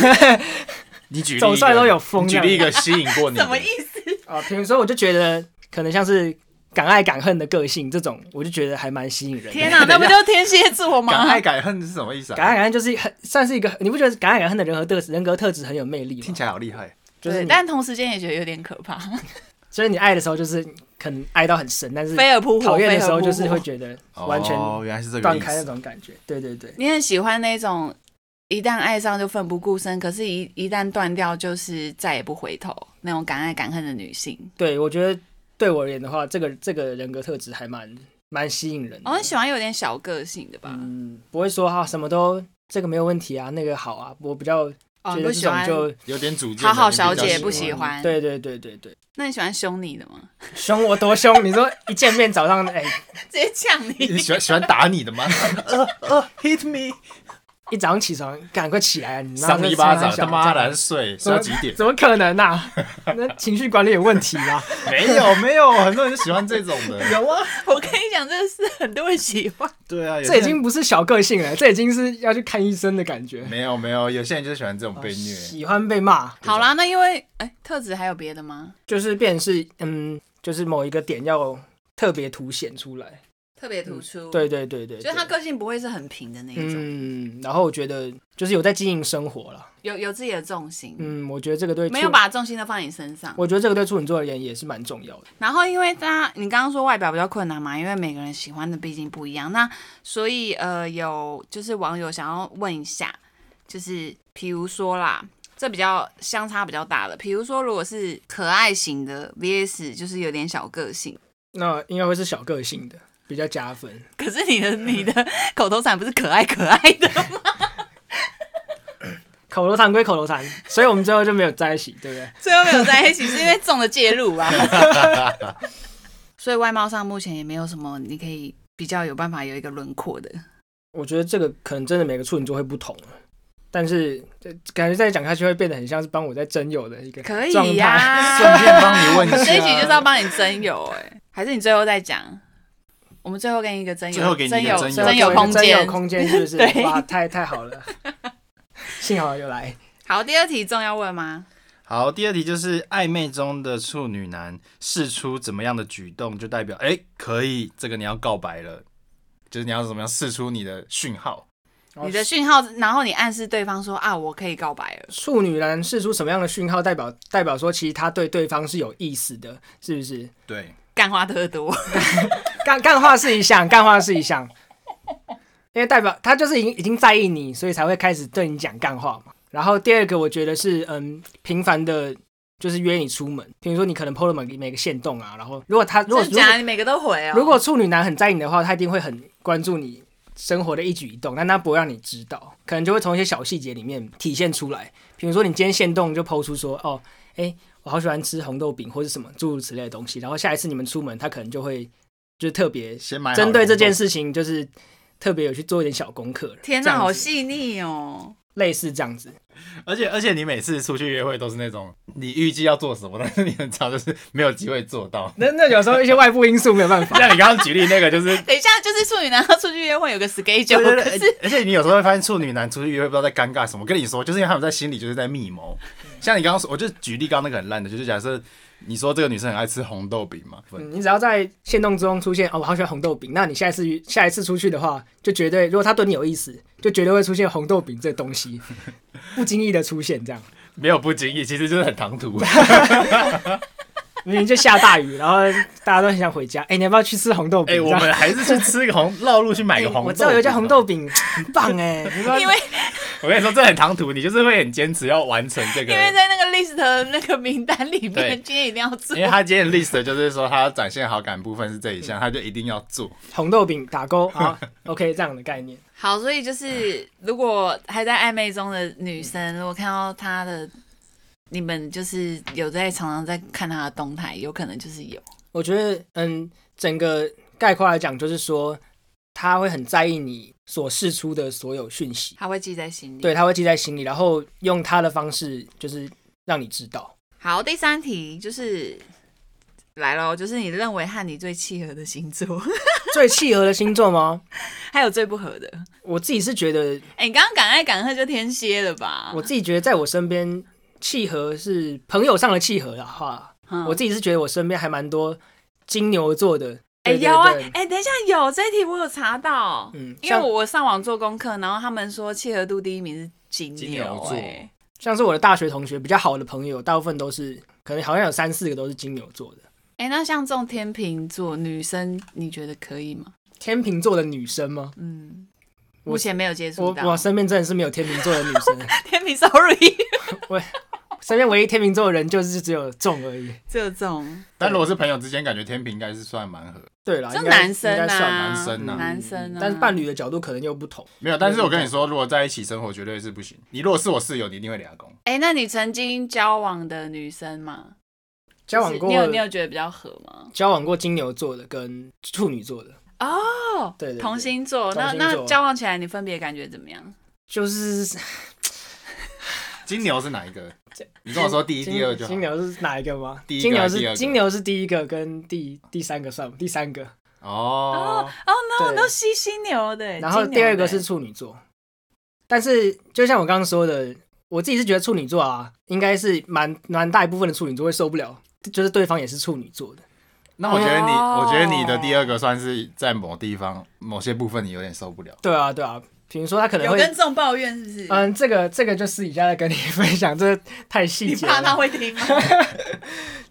Speaker 3: 你举例一个
Speaker 1: 走出来都有风这
Speaker 3: 你举
Speaker 1: 样
Speaker 3: 例一个吸引过你 的，
Speaker 2: 什么意思？
Speaker 1: 啊。比如说，我就觉得可能像是敢爱敢恨的个性这种，我就觉得还蛮吸引人的。
Speaker 2: 天哪、啊那不就天蝎座
Speaker 3: 敢
Speaker 2: 吗
Speaker 3: 爱？敢恨是什么意思啊？
Speaker 1: 敢爱敢恨就是很算是一个，你不觉得敢爱敢恨的人和特质人格特质很有魅力
Speaker 3: 听
Speaker 1: 吗？
Speaker 3: 起来好厉害，
Speaker 1: 就是
Speaker 2: 对，
Speaker 1: 你
Speaker 2: 但同时间也觉得有点可怕，
Speaker 1: 就是你爱的时候，就是可能爱到很深，但是
Speaker 2: 飞蛾扑火。
Speaker 1: 讨厌的时候，就
Speaker 2: 飞蛾扑火
Speaker 1: 是会觉得完全
Speaker 3: 哦，原来是这个
Speaker 1: 断
Speaker 3: 意
Speaker 1: 开那
Speaker 3: 思。
Speaker 1: 种感觉。对对对，
Speaker 2: 你很喜欢那种一旦爱上就奋不顾身，可是一，一旦断掉就是再也不回头那种敢爱敢恨的女性。
Speaker 1: 对我觉得对我而言的话，这个这个人格特质还蛮蛮吸引人的。
Speaker 2: 我、哦很喜欢有点小个性的吧，
Speaker 1: 嗯，不会说哈、什么都这个没有问题啊，那个好啊，我比较觉
Speaker 2: 哦，你
Speaker 1: 得
Speaker 2: 不
Speaker 1: 这
Speaker 2: 喜
Speaker 1: 种
Speaker 2: 欢。
Speaker 1: 就
Speaker 3: 有点主见的，
Speaker 2: 好好
Speaker 3: 你比
Speaker 2: 小
Speaker 3: 较
Speaker 2: 姐不喜
Speaker 3: 喜欢。
Speaker 2: 欢，，
Speaker 1: 对对对对对，
Speaker 2: 那你喜欢凶你的吗？
Speaker 1: 凶我多凶，你说一见面早上哎、
Speaker 2: 直接呛
Speaker 3: 你
Speaker 1: 嗯
Speaker 2: 你，
Speaker 3: 喜欢喜欢打你的吗？呃呃，hit me，
Speaker 1: 一早上起床赶快起来，你妈
Speaker 3: 赏你一巴掌，
Speaker 1: 这
Speaker 3: 他
Speaker 1: 生
Speaker 3: 妈
Speaker 1: 小
Speaker 3: 的
Speaker 1: 孩
Speaker 3: 还睡，睡
Speaker 1: 怎么
Speaker 3: 到几点？
Speaker 1: 怎么可能 啊？那情绪管理有问题啊？
Speaker 3: 没有没有，很多人就喜欢这种的。
Speaker 1: 有啊，
Speaker 2: 我跟你讲，这个是很多人喜欢。
Speaker 3: 对啊，有些
Speaker 1: 这已
Speaker 3: 人
Speaker 1: 经不是小个性了，这已经是要去看医生的感觉。
Speaker 3: 没有没有，有些人就喜欢这种被虐。
Speaker 1: 喜欢被骂，
Speaker 2: 好啦，那因为哎，特质还有别的吗？
Speaker 1: 就是变成是嗯，就是某一个点要特别凸显出来。
Speaker 2: 特别突出，，
Speaker 1: 嗯对对对对对，
Speaker 2: 就是他个性不会是很平的那一种，
Speaker 1: 嗯，然后我觉得就是有在经营生活了。
Speaker 2: 有有自己的重心，
Speaker 1: 嗯，我觉得这个对
Speaker 2: 没
Speaker 1: 处
Speaker 2: 有？把重心都放你身上。
Speaker 1: 我觉得这个对处女座而言也是蛮重要的。
Speaker 2: 然后，因为大家你刚刚说外表比较困难嘛，因为每个人喜欢的毕竟不一样。那所以呃，有就是网友想要问一下，就是比如说啦，这比较相差比较大的，比如说如果是可爱型的 VS，就是有点小个性，
Speaker 1: 那应该会是小个性的比较加分。
Speaker 2: 可是你的你的口头禅不是可爱可爱的，
Speaker 1: 口头禅归口头禅，所以我们最后就没有在一起，对不对？
Speaker 2: 最后没有在一起是因为中了介入 啊。
Speaker 1: 哦
Speaker 2: 所以外貌上目前也没有什么你可以比较有办法有一个轮廓的。
Speaker 1: 我觉得这个可能真的每个处女座会不同，但是呃感觉再讲下去会变得很像是帮我在征友的一个
Speaker 2: 可
Speaker 1: 状
Speaker 2: 以啊
Speaker 1: 态。
Speaker 2: 呀、
Speaker 3: 顺便帮你问一 下
Speaker 2: 这一
Speaker 1: 啊
Speaker 2: 集就是要帮你征友哎、还是你最后再讲？我们最后给你一个征友，
Speaker 3: 最后给你一个
Speaker 2: 征
Speaker 3: 征友
Speaker 2: 友
Speaker 1: 有
Speaker 2: 空
Speaker 1: 真有
Speaker 2: 间。
Speaker 1: 空间是不是？
Speaker 2: 对
Speaker 1: 哇，太太好了，幸好有来。
Speaker 2: 好，第二题重要问吗？
Speaker 3: 好，第二题就是暧昧中的处女男试出怎么样的举动，就代表哎、可以，这个你要告白了，就是你要怎么样试出你的讯号。
Speaker 2: 你
Speaker 1: 哦
Speaker 2: 的讯号，然后你暗示对方说啊，我可以告白了。
Speaker 1: 处女男释出什么样的讯号，代表代表说其实他对对方是有意思的，是不是？
Speaker 3: 对，
Speaker 2: 干花特多，
Speaker 1: 干干话是一项，干话是一项，因为代表他就是已经已经在意你，所以才会开始对你讲干话嘛。然后第二个，我觉得是嗯，频繁的，就是约你出门，比如说你可能 PO 了每每个线动啊，然后如果他如果
Speaker 2: 真
Speaker 1: 如
Speaker 2: 的
Speaker 1: 果
Speaker 2: 假的？你每个都回哦。
Speaker 1: 如果处女男很在意你的话，他一定会很关注你生活的一举一动，但他不会让你知道，可能就会从一些小细节里面体现出来。比如说，你今天现动就抛出说，哦，哎、我好喜欢吃红豆饼或是什么诸如此类的东西，然后下一次你们出门，他可能就会就是特别
Speaker 3: 先买好
Speaker 1: 针对这件
Speaker 3: 了
Speaker 1: 事情，就是特别有去做一点小功课。
Speaker 2: 天
Speaker 1: 这
Speaker 2: 哪，
Speaker 1: 样子
Speaker 2: 好细腻哦。
Speaker 1: 类似这样子，
Speaker 3: 而且而且你每次出去约会都是那种你预计要做什么，但是你很常就是没有机会做到。
Speaker 1: 那那有时候一些外部因素没有办法。
Speaker 3: 像你刚刚举例 那个，就是
Speaker 2: 等一下，就是处女男要出去约会有个 schedule，
Speaker 3: 对对
Speaker 2: 可
Speaker 3: 对
Speaker 2: 是
Speaker 3: 而且你有时候会发现处女男出去约会不知道在尴尬什么。我跟你说，就是因为他们在心里就是在密谋。
Speaker 1: 嗯
Speaker 3: 像你刚刚说，我就举例刚刚那个很烂的，就是假设你说这个女生很爱吃红豆饼嘛，
Speaker 1: 嗯你只要在线动中出现哦，我好喜欢红豆饼，那你下一次下一次出去的话，就绝对如果他对你有意思，就绝对会出现红豆饼这东西，不经意的出现这样，
Speaker 3: 没有不经意，其实就是很唐突。
Speaker 1: 明明就下大雨，然后大家都很想回家，哎、你要不要去吃红豆饼？
Speaker 3: 哎、我
Speaker 1: 这样
Speaker 3: 们还是去吃个红绕路去买个红豆、
Speaker 1: 哎
Speaker 3: 啊
Speaker 1: 我知道有一家红豆，饼很棒哎、你说
Speaker 2: 因为
Speaker 3: 我跟你说这很唐突，你就是会很坚持要完成这个
Speaker 2: 因。为在那个 list 的那个名单里
Speaker 3: 对
Speaker 2: 面，今天一定要做
Speaker 3: 因。为他今天的 list 就是说他要展现好感部分是这一项，他就一定要做。
Speaker 1: 红豆饼打勾好 o k 这样的概念。
Speaker 2: 好，所以就是如果还在暧昧中的女生，如果看到她的，你们就是有在常常在看她的动态，有可能就是有。
Speaker 1: 我觉得，嗯，整个概括来讲，就是说他会很在意你所释出的所有讯息，
Speaker 2: 他会记在心里。
Speaker 1: 对，他会记在心里，然后用他的方式，就是让你知道。
Speaker 2: 好，第三题就是来喽，就是你认为和你最契合的星座，
Speaker 1: 最契合的星座吗？
Speaker 2: 还有最不合的。
Speaker 1: 我自己是觉得，
Speaker 2: 哎、你刚刚敢爱敢恨就天蝎了吧？
Speaker 1: 我自己觉得在我身边契合是朋友上的契合的话，
Speaker 2: 嗯
Speaker 1: 我自己是觉得我身边还蛮多金牛座的。
Speaker 2: 哎、
Speaker 1: 对对
Speaker 2: 有啊，
Speaker 1: 对
Speaker 2: 哎、等一下有这一题我有查到，
Speaker 1: 嗯，
Speaker 2: 因为
Speaker 1: 像
Speaker 2: 我我上网做功课，然后他们说契合度第一名是金
Speaker 3: 金牛座
Speaker 2: 哎
Speaker 1: 像是我的大学同学比较好的朋友，大部分都是可能好像有三四个都是金牛座的。
Speaker 2: 哎、那像这种天秤座女生，你觉得可以吗？
Speaker 1: 天秤座的女生吗？
Speaker 2: 嗯，
Speaker 1: 我
Speaker 2: 目前没有接触
Speaker 1: 我
Speaker 2: 到。
Speaker 1: 我身边真的是没有天秤座的女生，
Speaker 2: 天秤，sorry，
Speaker 1: 身边唯一天秤座的人就是只有中而已。
Speaker 2: 只有这种
Speaker 3: 但如果是朋友之间，感觉天平应该是算蛮合。
Speaker 1: 对啦，
Speaker 2: 就
Speaker 1: 应该
Speaker 2: 男生啊
Speaker 1: 应该算
Speaker 3: 男生啊
Speaker 2: 男生啊
Speaker 1: 但是伴侣的角度可能又不同。
Speaker 3: 没有，但是我跟你说，如果在一起生活绝对是不行。你如果是我室友，你一定会俩公。
Speaker 2: 哎、那你曾经交往的女生吗？
Speaker 1: 交往
Speaker 2: 就是
Speaker 1: 过
Speaker 2: 你有你有觉得比较合吗？
Speaker 1: 交往过金牛座的跟处女座的，
Speaker 2: 哦，
Speaker 1: 对对对
Speaker 2: 同星座。
Speaker 1: 同
Speaker 2: 那
Speaker 1: 星
Speaker 2: 那
Speaker 1: 座
Speaker 2: 交往起来，你分别感觉怎么样？
Speaker 1: 就是
Speaker 3: 金牛是哪一个？你跟我说第一、
Speaker 1: 金
Speaker 3: 第二就好
Speaker 1: 金。牛是哪一个吗？
Speaker 3: 第一个
Speaker 1: 金牛
Speaker 3: 第二
Speaker 1: 是
Speaker 3: 个
Speaker 1: 金牛是第一个跟第第三个算吗第三个，
Speaker 2: 哦、
Speaker 3: 哦，
Speaker 2: no，
Speaker 1: 对
Speaker 2: 都吸犀牛的。
Speaker 1: 然后
Speaker 2: 哎金牛
Speaker 1: 第二个
Speaker 2: 的
Speaker 1: 是处女座。但是就像我刚刚说的，我自己是觉得处女座啊，应该是蛮蛮大一部分的处女座会受不了，就是对方也是处女座的。
Speaker 3: 那我觉得你，
Speaker 2: 哦
Speaker 3: 我觉得你的第二个算是在某地方某些部分你有点受不了。
Speaker 1: 对啊，对啊，比如说他可能
Speaker 2: 有
Speaker 1: 会，
Speaker 2: 跟众抱怨是不是？
Speaker 1: 嗯，这个这个就私底下再跟你分享，这太细
Speaker 2: 你
Speaker 1: 节
Speaker 2: 怕他
Speaker 1: 了。
Speaker 2: 会 听吗？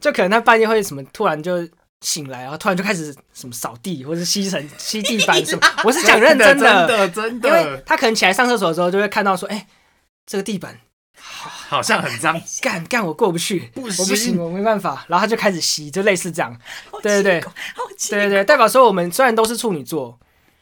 Speaker 1: 就可能他半夜会什么突然就醒来，然后突然就开始什么扫地或者吸尘吸地板什么，我是讲认真
Speaker 3: 真
Speaker 1: 的，
Speaker 3: 的，真
Speaker 1: 因为
Speaker 3: 的，
Speaker 1: 他可能起来上厕所的时候就会看到说，哎，这个地板
Speaker 3: 好像很脏。
Speaker 1: 干干我过不去，
Speaker 3: 不
Speaker 1: 我不
Speaker 3: 行
Speaker 1: 行，我没办法。然后他就开始吸，就类似这样。对对对
Speaker 2: 好奇
Speaker 1: 对对对，代表说我们虽然都是处女座，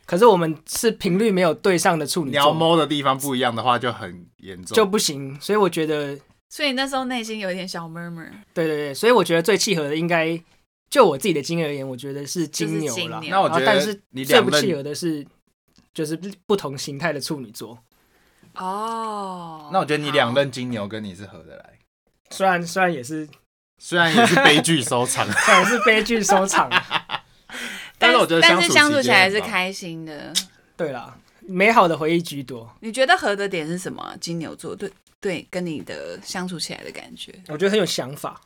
Speaker 1: 可是我们是频率没有对上的处女
Speaker 3: 你要
Speaker 1: 座，
Speaker 3: 摸的地方不一样的话，就很严重。
Speaker 1: 就不行。所以我觉得，
Speaker 2: 所以那时候内心有一点小 murmur，
Speaker 1: 对对对，所以我觉得最契合的应该，就我自己的经验而言，我觉得是金牛
Speaker 2: 就是
Speaker 1: 啦
Speaker 2: 金。牛
Speaker 3: 那我
Speaker 1: 然后
Speaker 3: 觉得，
Speaker 1: 但是
Speaker 3: 你
Speaker 1: 最
Speaker 3: 两
Speaker 1: 不契合
Speaker 3: 任，
Speaker 1: 的是，就是不同形态的处女座。
Speaker 2: 哦。
Speaker 3: 那我觉得你
Speaker 2: 好
Speaker 3: 两任金牛跟你是合得 来，
Speaker 1: 虽然虽然也是，
Speaker 3: 虽然也是悲剧收场，
Speaker 1: 虽然是悲剧收 场，
Speaker 3: 但
Speaker 2: 但
Speaker 3: 是我觉得
Speaker 2: 但是
Speaker 3: 相
Speaker 2: 相
Speaker 3: 处
Speaker 2: 处
Speaker 3: 期
Speaker 2: 起
Speaker 3: 间
Speaker 2: 来
Speaker 3: 很棒
Speaker 2: 是开心的。
Speaker 1: 对啦，美好的回忆居多。
Speaker 2: 你觉得合的点是什么啊、金牛座对对，跟你的相处起来的感觉
Speaker 1: 我觉得很有想法，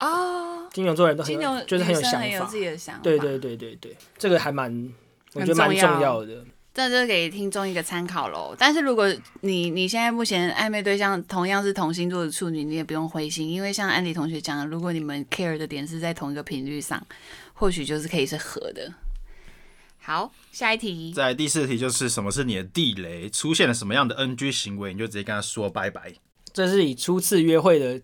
Speaker 2: 哦。
Speaker 1: 金牛座人都很
Speaker 2: 金
Speaker 1: 有
Speaker 2: 牛
Speaker 1: 就是很有
Speaker 2: 女生
Speaker 1: 想
Speaker 2: 很有
Speaker 1: 法
Speaker 2: 自。己的想法，
Speaker 1: 对对对对对，这个还蛮，我
Speaker 2: 很
Speaker 1: 觉得蛮
Speaker 2: 重
Speaker 1: 重
Speaker 2: 要
Speaker 1: 要的。
Speaker 2: 这就是给听众一个参考喽。但是如果你你现在目前暧昧对象同样是同星座的处女，你也不用灰心，因为像安迪同学讲的，如果你们 care 的点是在同一个频率上，或许就是可以是合的。好，下一题。
Speaker 3: 在第四题就是什么是你的地雷，出现了什么样的 NG 行为，你就直接跟他说拜拜。
Speaker 1: 这是以初次约会的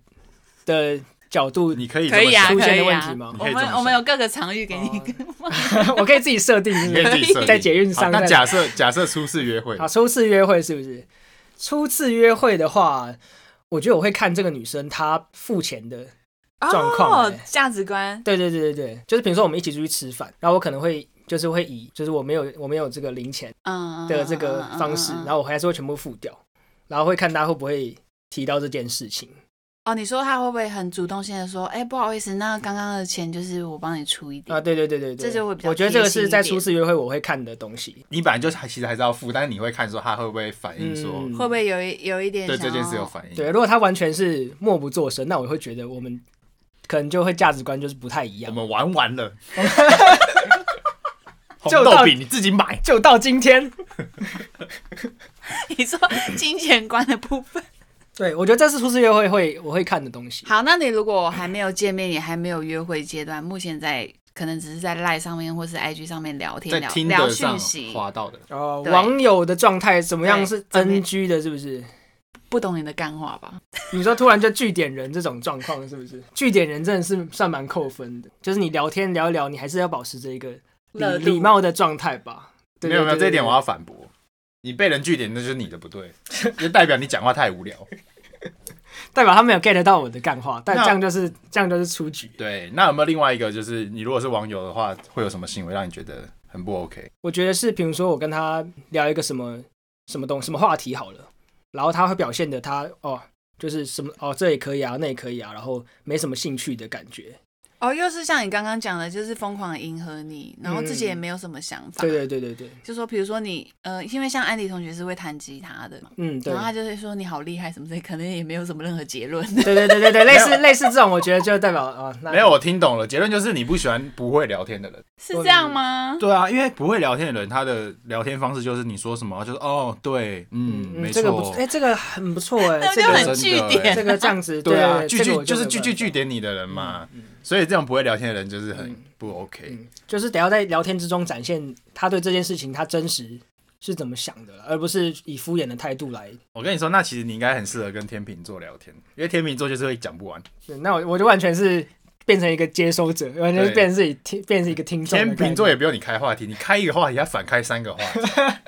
Speaker 1: 的角度
Speaker 3: 你可以这
Speaker 2: 可
Speaker 3: 么
Speaker 2: 以啊，
Speaker 3: 想
Speaker 1: 出现
Speaker 2: 可
Speaker 1: 的
Speaker 2: 以
Speaker 1: 问
Speaker 2: 啊
Speaker 1: 题吗。
Speaker 2: 我
Speaker 3: 你可以这么
Speaker 2: 们
Speaker 3: 想
Speaker 2: 我们有各个场域给你
Speaker 1: 哦。 我可以自己设定，是
Speaker 3: 你
Speaker 1: 不
Speaker 3: 可以
Speaker 1: 是？
Speaker 3: 自己设定
Speaker 1: 在捷运上
Speaker 3: 好那
Speaker 1: 在
Speaker 3: 假设假设初次约会
Speaker 1: 好，，初次约会是不是？初次约会的话，我觉得我会看这个女生她付钱的。 状况
Speaker 2: 哦
Speaker 1: 欸
Speaker 2: 价值观。
Speaker 1: 对对对对对，就是比如说我们一起出去吃饭，然后我可能会就是会以就是我没有我没有这个零钱
Speaker 2: 嗯
Speaker 1: 的这个方式，
Speaker 2: 嗯嗯嗯嗯
Speaker 1: 然后我还是会全部付掉，然后会看她会不会提到这件事情。
Speaker 2: 哦，你说他会不会很主动性的说，哎、不好意思，那刚刚的钱就是我帮你出一点，
Speaker 1: 啊，对对对对对，
Speaker 2: 嗯这就会比较
Speaker 1: 我觉得这个
Speaker 2: 贴心
Speaker 1: 是
Speaker 2: 一
Speaker 1: 在
Speaker 2: 点
Speaker 1: 初次约会我会看的东西。
Speaker 3: 你本来就还其实还是要付，但是你会看说他会不会反应说
Speaker 1: 嗯
Speaker 2: 会不会有一有一点
Speaker 3: 对
Speaker 2: 想
Speaker 3: 这
Speaker 2: 要
Speaker 3: 件事有反应。
Speaker 1: 对，如果他完全是默不作声，那我会觉得我们可能就会价值观就是不太一
Speaker 3: 我
Speaker 1: 样。
Speaker 3: 们玩 完了，红
Speaker 1: 就到
Speaker 3: 豆饼你自己买。
Speaker 1: 就到今天，
Speaker 2: 你说金钱观的部分。
Speaker 1: 对我觉得这是初次约会会我会看的东西。
Speaker 2: 好，那你如果还没有见面，也还没有约会阶段，目前在可能只是在 Line 上面或是 IG 上面聊天
Speaker 3: 在
Speaker 2: 聊
Speaker 3: 听
Speaker 2: 聊
Speaker 3: 的
Speaker 2: 讯
Speaker 3: 上
Speaker 2: 息，
Speaker 3: 滑到的，
Speaker 1: 哦，
Speaker 2: 对
Speaker 1: 网友的状态怎么样
Speaker 2: 对
Speaker 1: 是
Speaker 2: 正面
Speaker 1: NG 的，是不是？
Speaker 2: 不懂你的干话吧？
Speaker 1: 你说突然就据点人这种状况，是不 是？据点人真的是算蛮扣分的，就是你聊天聊一聊，你还是要保持着一个
Speaker 2: 热
Speaker 1: 礼
Speaker 2: 度
Speaker 1: 礼貌的状态吧。对
Speaker 3: 没有没有，这一点我。
Speaker 1: 对对对
Speaker 3: 要反驳。你被人据点，那就是你的不对，就代表你讲话太无聊。
Speaker 1: 代表他没有 get 到我的干话，但
Speaker 3: 那
Speaker 1: 这样就是这样就是出局。
Speaker 3: 对，那有没有另外一个，就是你如果是网友的话，会有什么行为让你觉得很不 OK？
Speaker 1: 我觉得是，比如说我跟他聊一个什么什么东什么话题好了，然后他会表现的他哦，就是什么哦这也可以啊，那也可以啊，然后没什么兴趣的感觉。
Speaker 2: 哦，又是像你刚刚讲的，就是疯狂地迎合你，然后自己也没有什么想法。
Speaker 1: 对对对对对，
Speaker 2: 就说比如说你呃，因为像安迪同学是会弹吉他的嘛，
Speaker 1: 嗯对
Speaker 2: 然后。他就会说你好厉害什么的，可能也没有什么任何结论。
Speaker 1: 对对对对 对，类似
Speaker 3: 没
Speaker 1: 类似这种，我觉得就代表啊，那
Speaker 3: 没有，我听懂了，结论就是你不喜欢不会聊天的人。
Speaker 2: 是这样吗？
Speaker 3: 对啊，因为不会聊天的人，他的聊天方式就是你说什么，就是哦，对，嗯，没
Speaker 1: 这个不错，
Speaker 3: 错
Speaker 1: 哎、，这个很不错哎、
Speaker 2: 那
Speaker 1: 这
Speaker 2: 就
Speaker 1: 个
Speaker 2: 很
Speaker 3: 真
Speaker 2: 据
Speaker 3: 的欸
Speaker 2: 点
Speaker 1: 这个这样子，
Speaker 3: 对啊，
Speaker 1: 对
Speaker 3: 句
Speaker 1: 这个
Speaker 3: 句
Speaker 1: 我
Speaker 3: 就是
Speaker 1: 没
Speaker 3: 句
Speaker 1: 办
Speaker 3: 句
Speaker 1: 法
Speaker 3: 据点你的人嘛，所以这种不会聊天的人就是很不 OK。
Speaker 1: 嗯，就是得要在聊天之中展现他对这件事情他真实是怎么想的，而不是以敷衍的态度来。
Speaker 3: 我跟你说，那其实你应该很适合跟天秤座聊天，因为天秤座就是会讲不完。
Speaker 1: 对那我我就完全是变成一个接收者，完全是
Speaker 3: 对
Speaker 1: 变成自己听，变成一个听众的概
Speaker 3: 天
Speaker 1: 念。
Speaker 3: 秤座也不用你开话题，你开一个话题，他反开三个话 题。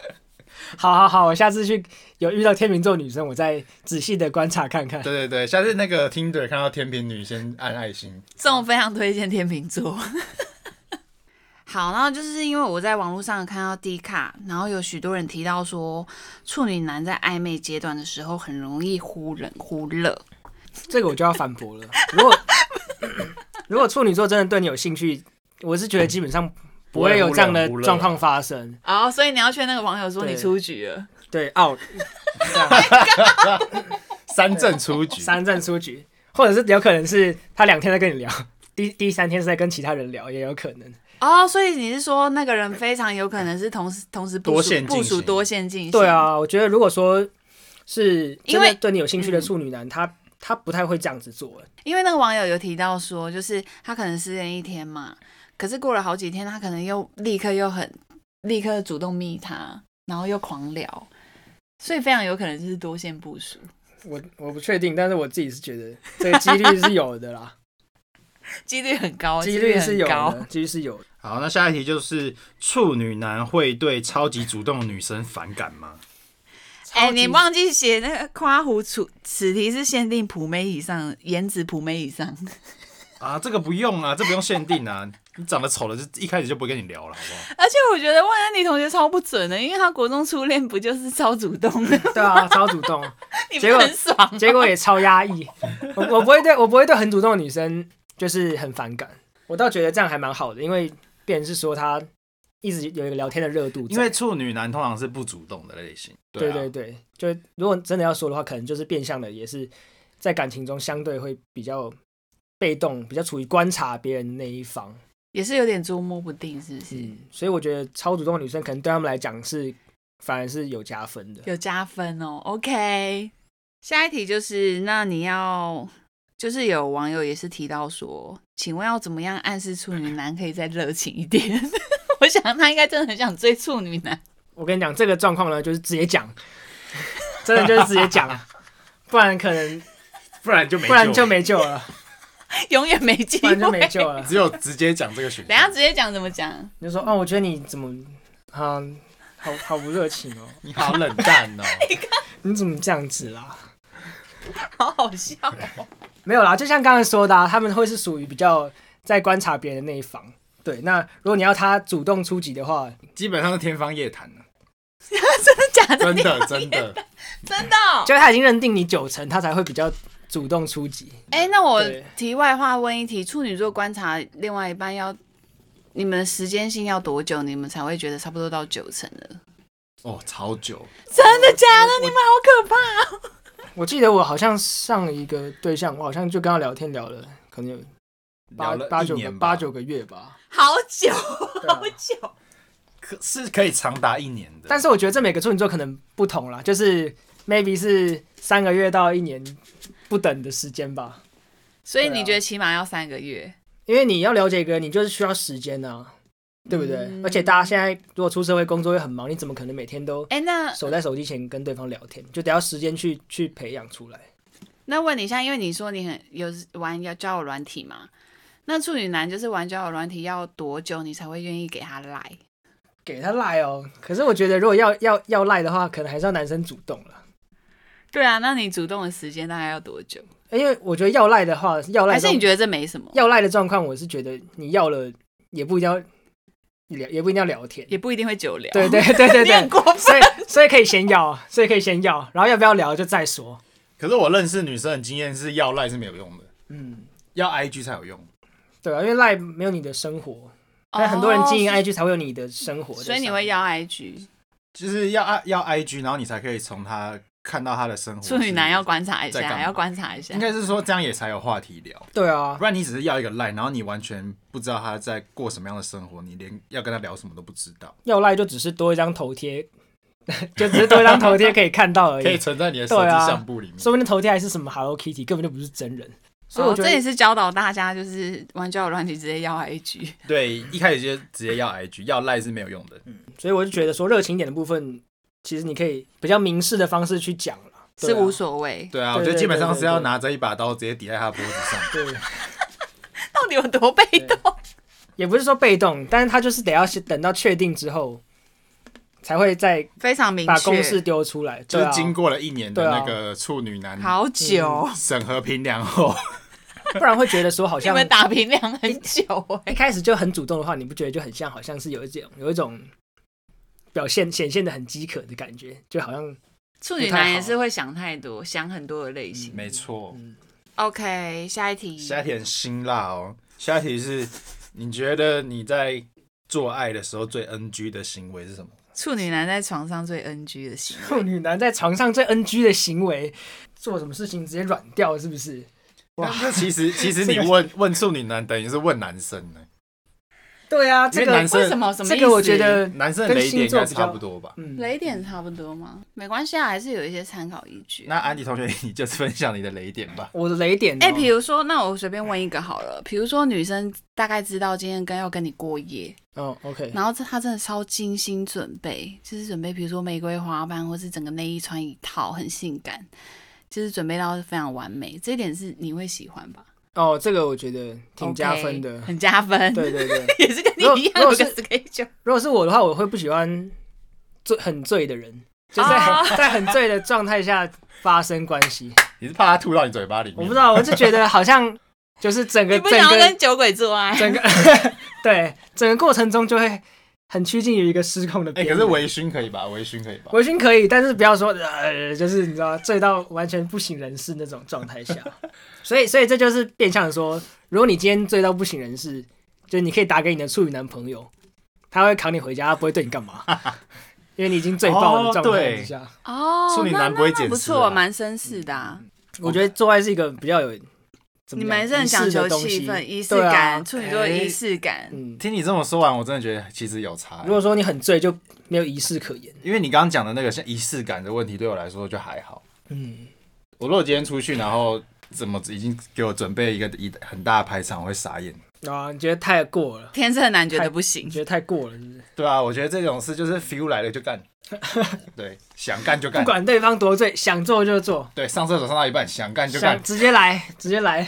Speaker 1: 好好好，我下次去有遇到天秤座女生，我再仔细的观察看看。
Speaker 3: 对对对，下次那个 Tinder 看到天秤女，先按爱心。
Speaker 2: 这种非常推荐天秤座。 好，然后就是因为我在网络上看到 D 卡，然后有许多人提到说，处女男在暧昧阶段的时候很容易忽冷忽热。
Speaker 1: 这个我就要反驳了。如果如果处女座真的对你有兴趣，我是觉得基本上不会有这样的状况发生。
Speaker 2: 哦，所以你要劝那个网友说
Speaker 1: 对
Speaker 2: 你出局了。
Speaker 1: 对，out 这样
Speaker 2: 哎
Speaker 3: 三阵出局，
Speaker 1: 三战出局，或者是有可能是他两天在跟你聊，第第三天是在跟其他人聊，也有可能。
Speaker 2: 哦，所以你是说那个人非常有可能是同时同时部
Speaker 3: 多
Speaker 2: 署
Speaker 3: 线进
Speaker 2: 部署
Speaker 3: 行
Speaker 2: 多线进行？
Speaker 1: 对，啊，我觉得如果说是
Speaker 2: 因
Speaker 1: 真
Speaker 2: 为
Speaker 1: 的
Speaker 2: 嗯
Speaker 1: 对你有兴趣的处女男，他他不太会这样子做。
Speaker 2: 因为那个网友有提到说，就是他可能失恋一天嘛，可是过了好几天，他可能又立刻又很立刻主动密他，然后又狂聊，所以非常有可能就是多线部署。
Speaker 1: 我我不确定，但是我自己是觉得这个几率是有的啦，
Speaker 2: 哦几率很高，
Speaker 1: 几率是有
Speaker 2: 很高。
Speaker 1: 的，几率是有的。
Speaker 3: 好，那下一题就是处女男会对超级主动的女生反感吗？
Speaker 2: 哎、
Speaker 1: 超级
Speaker 2: 你忘记写那个夸胡楚，此题是限定普妹以上，颜值普妹以上。
Speaker 3: 啊，这个不用啊，这不用限定啊，你长得丑了就一开始就不会跟你聊了，好不好？
Speaker 2: 而且我觉得万安妮同学超不准的，因为她国中初恋不就是超主动的，
Speaker 1: 对啊，超主动，
Speaker 2: 你不
Speaker 1: 结果
Speaker 2: 很爽吗？
Speaker 1: 结果也超压抑。我我不会对我不会对很主动的女生就是很反感，我倒觉得这样还蛮好的，因为别人是说他一直有一个聊天的热度在，
Speaker 3: 因为处女男通常是不主动的类型。
Speaker 1: 对
Speaker 3: 啊
Speaker 1: 对对，就如果真的要说的话，可能就是变相的，也是在感情中相对会比较被动，比较处于观察别人那一
Speaker 3: 嗯
Speaker 1: 方。
Speaker 2: 也是有点捉摸不定，是不是？
Speaker 1: 嗯，所以我觉得超主动的女生可能对他们来讲是反而是有加分的。
Speaker 2: 有加分哦。OK，下一题就是，那你要就是有网友也是提到说，请问要怎么样暗示处女男可以再热情一点？ 我想他应该真的很想追处女男，
Speaker 1: 我跟你讲，这个状况呢，就是直接讲， 真的就是直接讲，不然可能
Speaker 3: 不然就没，
Speaker 1: 不然就，没救 了，
Speaker 2: 永远没机
Speaker 1: 不
Speaker 2: 会。
Speaker 1: 然就没
Speaker 2: 等
Speaker 1: 救了。
Speaker 3: 只有直接讲这个选
Speaker 2: 一下
Speaker 3: 项。
Speaker 2: 直接讲怎么讲？
Speaker 1: 你就说哦，我觉得你怎么啊，好好不热情哦，
Speaker 3: 你好冷淡哦，
Speaker 1: 你怎么这样子啦？
Speaker 2: 好好笑 哦。
Speaker 1: 没有啦，就像刚才说的、啊，他们会是属于比较在观察别人的那一方。对，那如果你要他主动出击的话，
Speaker 3: 基本上是天方夜谭了，
Speaker 2: 真的假的？
Speaker 3: 真的真的。
Speaker 2: 真的哦、
Speaker 1: 就是他已经认定你九成，他才会比较主动出击。
Speaker 2: 哎、那我
Speaker 1: 对
Speaker 2: 题外话问一题：处女座观察另外一半要你们的时间性要多久，你们才会觉得差不多到九成了？
Speaker 3: 哦，超久，
Speaker 2: 真的假的？你们好可怕！
Speaker 1: 我记得我好像上一个对象，我好像就跟他聊天聊了，可能有八
Speaker 3: 聊了
Speaker 1: 八
Speaker 3: 一
Speaker 1: 九个
Speaker 3: 年吧
Speaker 1: 八九个月 吧。
Speaker 2: 好久，
Speaker 1: 对啊
Speaker 2: 好久。
Speaker 3: 可是可以长达一年的。
Speaker 1: 但是我觉得这每个处女座可能不同啦，就是 maybe 是三个月到一年不等的时间吧。
Speaker 2: 所以
Speaker 1: 对啊
Speaker 2: 你觉得起码要三个月？
Speaker 1: 因为你要了解一个人，你就是需要时间啊，对不对？
Speaker 2: 嗯
Speaker 1: 而且大家现在如果出社会工作会很忙，你怎么可能每天都
Speaker 2: 哎、那
Speaker 1: 守在手机前跟对方聊天？就得要时间去去培养出来。
Speaker 2: 那问你一下，因为你说你很有玩要交友软体嘛？那处女男就是玩交友软体要多久你才会愿意给他来？
Speaker 1: 给他赖哦，可是我觉得如果要要要赖的话，可能还是要男生主动了，
Speaker 2: 对啊，那你主动的时间大概要多久？
Speaker 1: 因为我觉得要赖的话，要赖
Speaker 2: 还
Speaker 1: 的
Speaker 2: 是你觉得这没什么，
Speaker 1: 要赖的状况，我是觉得你要了也不一定要聊，也不一定要聊天。
Speaker 2: 也不一定会久聊？
Speaker 1: 对对对 对
Speaker 2: 你
Speaker 1: 对，
Speaker 2: 很过分。
Speaker 1: 所以所以可以先要，所以可以先要，然后要不要聊就再说。
Speaker 3: 可是我认识女生的经验是要赖是没有用的，
Speaker 1: 嗯，
Speaker 3: 要 IG 才有用。
Speaker 1: 对啊，因为赖没有你的生活，但很多人经营 IG 才会有你的生活在上面，
Speaker 2: 哦所以你会要 IG
Speaker 3: 就是要 I 要 IG，然后你才可以从她看到她的生活。
Speaker 2: 处女男要观察一
Speaker 3: 在干
Speaker 2: 下，
Speaker 3: 嘛
Speaker 2: 要观察一下哦
Speaker 3: 应。该是说这样也才有话题聊，
Speaker 1: 对啊
Speaker 3: 不，然你只是要一个赖，然后你完全不知道她在过什么样的生活，你连要跟她聊什么都不知道，
Speaker 1: 要赖就只是多一张头贴， 就只是多一张头贴可以看到而
Speaker 3: 可以
Speaker 1: 已，
Speaker 3: 存在你的手
Speaker 1: 对
Speaker 3: 机
Speaker 1: 啊
Speaker 3: 相簿里面。
Speaker 1: 说不定头贴还是什么 Hello Kitty，根本就不是真人。所以我
Speaker 2: 哦
Speaker 1: 觉
Speaker 2: 这也
Speaker 1: 得
Speaker 2: 是教导大家，就是玩交友软体直接要 IG。
Speaker 3: 对，一开始就直接要 IG，要赖是没有用的。
Speaker 1: 所以我就觉得说热情一点的部分，其实你可以比较明示的方式去讲了，对
Speaker 2: 是
Speaker 1: 啊
Speaker 2: 无所谓，
Speaker 3: 对啊，
Speaker 1: 对
Speaker 3: 我觉得基本上是
Speaker 1: 对
Speaker 3: 要
Speaker 1: 对对
Speaker 3: 拿着一把刀直接抵在她脖子上。
Speaker 1: 对。
Speaker 2: 到底有多被动？
Speaker 1: 也不是说被动，但是他就是得要先等到确定之后，才会再
Speaker 2: 非常明
Speaker 1: 把公式
Speaker 2: 确，
Speaker 1: 丢出来。
Speaker 3: 就
Speaker 1: 对
Speaker 3: 是
Speaker 1: 啊
Speaker 3: 经过了一年的
Speaker 1: 对啊
Speaker 3: 那个处女男
Speaker 2: 好久，
Speaker 3: 审核评量 后，
Speaker 1: 不然会觉得说好
Speaker 2: 你
Speaker 1: 像
Speaker 2: 们打平量很久哎、
Speaker 1: 一开始就很主动的话，你不觉得就很像好像是有一种有一种表现显现的很饥渴的感觉，就好像
Speaker 2: 处女男也是会想太多，想很多的类型。
Speaker 3: 没错。
Speaker 1: 嗯，
Speaker 2: OK，下一题。
Speaker 3: 下一题很辛辣哦。下一题是，你觉得你在做爱的时候最 NG 的行为是什么？
Speaker 2: 处女男在床上最 NG 的行为，
Speaker 1: 处女男在床上最 NG 的行为，做什么事情直接软掉，是不是？哇
Speaker 3: 那 其实其实
Speaker 1: 这
Speaker 3: 你
Speaker 1: 个
Speaker 3: 问问处女男，等于是问男生呢，
Speaker 1: 对啊，
Speaker 3: 因
Speaker 1: 这
Speaker 3: 为
Speaker 1: 个
Speaker 3: 男 生
Speaker 2: 为什么？什么
Speaker 1: 这
Speaker 2: 意思？
Speaker 1: 个我觉得
Speaker 3: 男生的
Speaker 1: 跟
Speaker 3: 雷点
Speaker 1: 星
Speaker 3: 应
Speaker 1: 座
Speaker 3: 该
Speaker 1: 比较
Speaker 3: 差不多吧。
Speaker 1: 嗯，
Speaker 2: 雷点差不多吗？没关系啊，还是有一些参考依据。
Speaker 3: 那安迪同学，你就分享你的雷点吧。
Speaker 1: 我的雷点哦，
Speaker 2: 哎、比如说，那我随便问一个好了，比如说女生大概知道今天跟要跟你过夜，
Speaker 1: 哦，OK，
Speaker 2: 然后这她真的超精心准备，就是准备比如说玫瑰花瓣，或是整个内衣穿一套，很性感，就是准备到非常完美，这一点是你会喜欢吧？
Speaker 1: 哦，这个我觉得挺加
Speaker 2: OK，
Speaker 1: 分的，
Speaker 2: 很加分，
Speaker 1: 对对对。
Speaker 2: 也是跟你
Speaker 1: 如果
Speaker 2: 一样
Speaker 1: 如
Speaker 2: 有
Speaker 1: 果
Speaker 2: 个
Speaker 1: 是
Speaker 2: schedule。
Speaker 1: 如果是我的话，我会不喜欢醉很醉的人，就是在、
Speaker 2: 啊
Speaker 1: 在很醉的状态下发生关 系。
Speaker 3: 你是怕他吐到你嘴巴里面？
Speaker 1: 我不知道，我就觉得好像就是整个
Speaker 2: 你不
Speaker 1: 整
Speaker 2: 想要跟
Speaker 1: 个
Speaker 2: 酒鬼做爱？
Speaker 1: 整个对整个过程中就会很趋近于一个失控的
Speaker 3: 哎、
Speaker 1: 边缘。
Speaker 3: 可是微醺可以吧？微醺可以吧？
Speaker 1: 微醺可以，但是不要说呃，就是你知道醉到完全不省人事那种状态 下。所以所以这就是变相说，如果你今天醉到不省人事，就是你可以打给你的处女男朋友，他会扛你回家，他不会对你干 嘛。因为你已经醉爆的
Speaker 3: 哦
Speaker 1: 状态
Speaker 3: 对
Speaker 1: 之下，
Speaker 2: 哦，
Speaker 3: 处女
Speaker 2: 那
Speaker 3: 男
Speaker 2: 那
Speaker 3: 不会
Speaker 2: 那
Speaker 3: 捡
Speaker 2: 不
Speaker 3: 尸
Speaker 2: 错，
Speaker 3: 啊
Speaker 2: 蛮绅士的、啊。
Speaker 1: 我觉得做爱是一个比较有，嗯怎么
Speaker 2: 你
Speaker 1: 讲
Speaker 2: 们还是很讲求气氛、仪式感，
Speaker 1: 仪式的东西
Speaker 2: 处女座仪
Speaker 3: 哎
Speaker 2: 式感。
Speaker 1: 对啊啊嗯，
Speaker 3: 听你这么说完，我真的觉得其实有差、欸
Speaker 1: 如果说你很醉，就没有仪式可言。
Speaker 3: 因为你刚刚讲的那个像仪式感的问题，对我来说就还好。
Speaker 1: 嗯，
Speaker 3: 我如果今天出去，然后怎么已经给我准备一个一很大的排场，我会傻眼。
Speaker 1: 啊，你觉得太过了？
Speaker 2: 天秤男觉得不行
Speaker 1: 你，觉得太过了，是不是？
Speaker 3: 对啊，我觉得这种事就是 feel 来了就 干，对，想干就
Speaker 1: 不
Speaker 3: 干。
Speaker 1: 管对方多醉，想做就做，
Speaker 3: 对，上厕所上到一半，想干就干
Speaker 1: 想。直接来，直接来，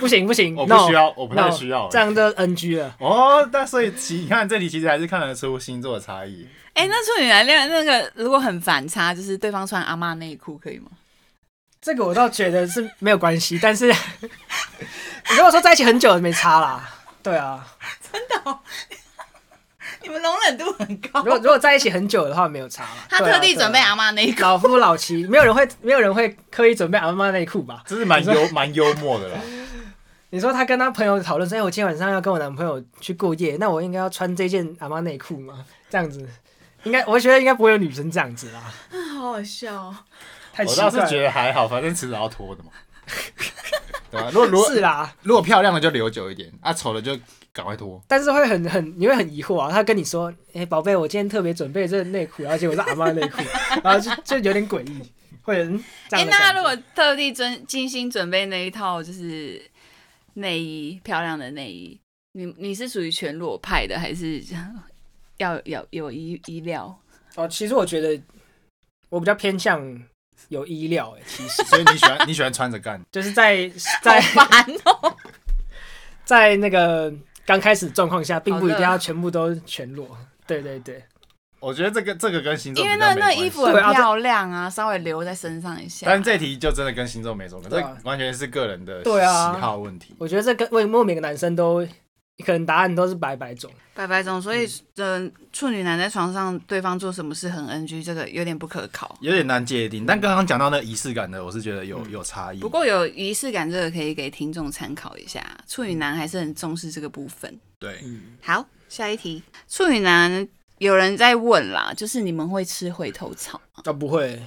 Speaker 1: 不行不行，
Speaker 3: 我不
Speaker 1: no，
Speaker 3: 需要，我不太
Speaker 1: no，
Speaker 3: 需要。
Speaker 1: 这样就 NG 了。
Speaker 3: 哦，那所以其你看这里其实还是看得出星座的差异。
Speaker 2: 哎、那处女男恋那个如果很反差，就是对方穿阿嬷内裤可以吗？
Speaker 1: 这个我倒觉得是没有关系，但是 如果说在一起很久没差啦，对啊，
Speaker 2: 真的、哦，你们容忍度很高
Speaker 1: 如。果如果在一起很久的话，没有差啦。
Speaker 2: 他
Speaker 1: 对啊
Speaker 2: 特地准备。
Speaker 1: 对啊
Speaker 2: 阿妈内裤，
Speaker 1: 老夫老妻，没有人会没有人会刻意准备阿妈内裤吧？
Speaker 3: 真是蛮幽蛮幽默的啦。
Speaker 1: 你说他跟他朋友讨论说，哎，我今天晚上要跟我男朋友去过夜，那我应该要穿这件阿妈内裤吗？这样子，应该我觉得应该不会有女生这样子啦，
Speaker 2: 好好笑哦。
Speaker 1: 太
Speaker 3: 我
Speaker 1: 奇怪
Speaker 3: 倒
Speaker 1: 了。
Speaker 3: 是觉得还好，反正迟早要脱的嘛。 对啊，如果如果
Speaker 1: 是啦，
Speaker 3: 如果漂亮的就留久一点，啊丑的就赶快脱。
Speaker 1: 但是会很很你会很疑惑啊。他跟你说，哎、宝贝，我今天特别准备这内裤，而且我是阿妈内裤，然后就就有点诡异，会有人这
Speaker 2: 哎、
Speaker 1: 样的感觉。
Speaker 2: 那如果特地准精心准备那一套就是内衣，漂亮的内衣，你你是属于全裸派的，还是要要有衣衣料？
Speaker 1: 哦，其实我觉得我比较偏向有衣料、哎，其实
Speaker 3: 所以你喜欢你喜欢穿着干，
Speaker 1: 就是在 在
Speaker 2: 好烦哦！
Speaker 1: 在那个刚开始状况下，并
Speaker 2: 好
Speaker 1: 不一定
Speaker 2: 热
Speaker 1: 要全部都全裸。对对对，
Speaker 3: 我觉得这个这个跟星座
Speaker 2: 因
Speaker 3: 比
Speaker 2: 为
Speaker 3: 较
Speaker 2: 那
Speaker 3: 没
Speaker 2: 那
Speaker 3: 关系
Speaker 2: 衣服很
Speaker 1: 对啊这
Speaker 2: 漂亮啊，稍微留在身上一下。
Speaker 3: 但是这题就真的跟星座没什么关
Speaker 1: 对
Speaker 3: 系，
Speaker 1: 啊
Speaker 3: 这完全是个人的
Speaker 1: 对啊
Speaker 3: 喜好问题。
Speaker 1: 我觉得这跟为什么每个男生都可能答案都是百百种，
Speaker 2: 白白总，所以嗯、处女男在床上对方做什么事很 NG，这个有点不可靠。
Speaker 3: 有点难界定，但刚刚讲到那个仪式感的，我是觉得有有差
Speaker 1: 嗯
Speaker 3: 异。
Speaker 2: 不过有仪式感，这个可以给听众参考一下。处女男还是很重视这个部分。
Speaker 3: 对，
Speaker 1: 嗯
Speaker 2: 好，下一题，处女男有人在问啦，就是你们会吃回头草吗？
Speaker 1: 啊不会，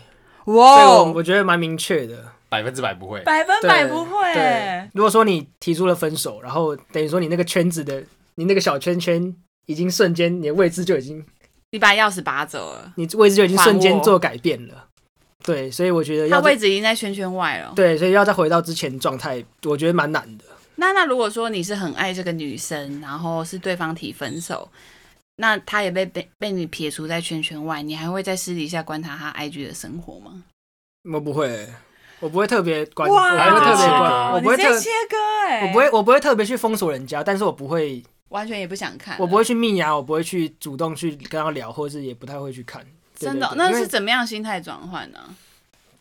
Speaker 1: 这
Speaker 2: 哇
Speaker 1: 个我我觉得蛮明确的。
Speaker 3: 百分之百不会。
Speaker 2: 哦百分
Speaker 1: 对对，如果说你提出了分手，然后等于说你那个圈子的，你那个小圈圈已经瞬间，你的位置就已经，
Speaker 2: 你把钥匙拔走了，
Speaker 1: 你位置就已经瞬
Speaker 2: 还
Speaker 1: 间
Speaker 2: 我
Speaker 1: 做改变了。对，所以我觉得
Speaker 2: 他
Speaker 1: 要
Speaker 2: 位
Speaker 1: 再
Speaker 2: 置已经在圈圈外了。
Speaker 1: 对，所以要再回到之前的状态，我觉得蛮难的。
Speaker 2: 那那如果说你是很爱这个女生，然后是对方提分手，那他也被被被你撇除在圈圈外，你还会在私底下观察他 IG 的生活吗？
Speaker 1: 我不会，我不会特别关，我
Speaker 3: 还
Speaker 1: 不
Speaker 3: 有
Speaker 1: 会特
Speaker 3: 这
Speaker 1: 别
Speaker 3: 些
Speaker 1: 关，
Speaker 3: 歌
Speaker 1: 我不会特，
Speaker 2: 割哎
Speaker 1: 我不会，我不会特别去封锁人家，但是我不会，
Speaker 2: 完全也不想看，啊
Speaker 1: 我不会去密啊呀，我不会去主动去跟他聊，或是也不太会去看。对
Speaker 2: 真的哦，
Speaker 1: 对对
Speaker 2: 那
Speaker 1: 因为
Speaker 2: 是怎么样心态转换呢？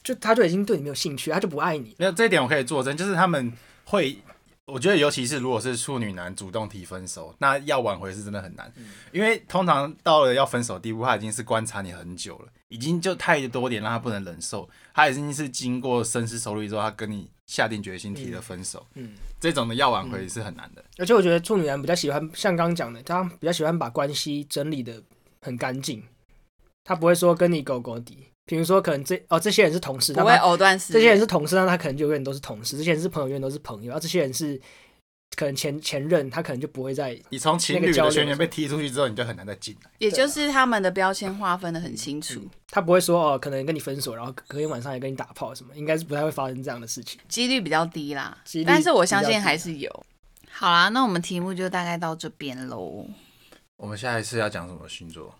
Speaker 1: 就他就已经对你没有兴趣，他就不爱你。
Speaker 3: 没有这一点我可以作证，就是他们会，我觉得尤其是如果是处女男主动提分手，那要挽回是真的很难，因为通常到了要分手的地步，他已经是观察你很久了，已经就太多点让他不能忍受，他已经是经过深思熟虑之后，他跟你下定决心提了分手，
Speaker 1: 嗯
Speaker 3: 嗯，这种的要挽回是很难的，
Speaker 1: 而且我觉得处女男比较喜欢，像刚刚讲的，他比较喜欢把关系整理的很干净，他不会说跟你狗狗底。比如说，可能这哦，这些人是同事，
Speaker 2: 不
Speaker 1: 那
Speaker 2: 会
Speaker 1: 他
Speaker 2: 藕断丝
Speaker 1: 这
Speaker 2: 连。
Speaker 1: 些人是同事，那他可能就永远都是同事；这些人是朋友，永远都是朋友；啊然后这些人是可能前前任，他可能就不会再
Speaker 3: 你从情侣
Speaker 1: 那个交
Speaker 3: 的
Speaker 1: 流
Speaker 3: 圈圈被踢出去之后，你就很难再进来。
Speaker 2: 也就是他们的标签划分的很清楚，
Speaker 1: 他不会说哦，可能跟你分手，然后隔天晚上也跟你打炮什么，应该是不太会发生这样的事情。
Speaker 2: 几率比较低啦
Speaker 1: 几率，
Speaker 2: 但是我相
Speaker 1: 比较
Speaker 2: 信
Speaker 1: 低
Speaker 2: 还是有。好啦，那我们题目就大概到这边喽，
Speaker 3: 我们下一次要讲什么星座？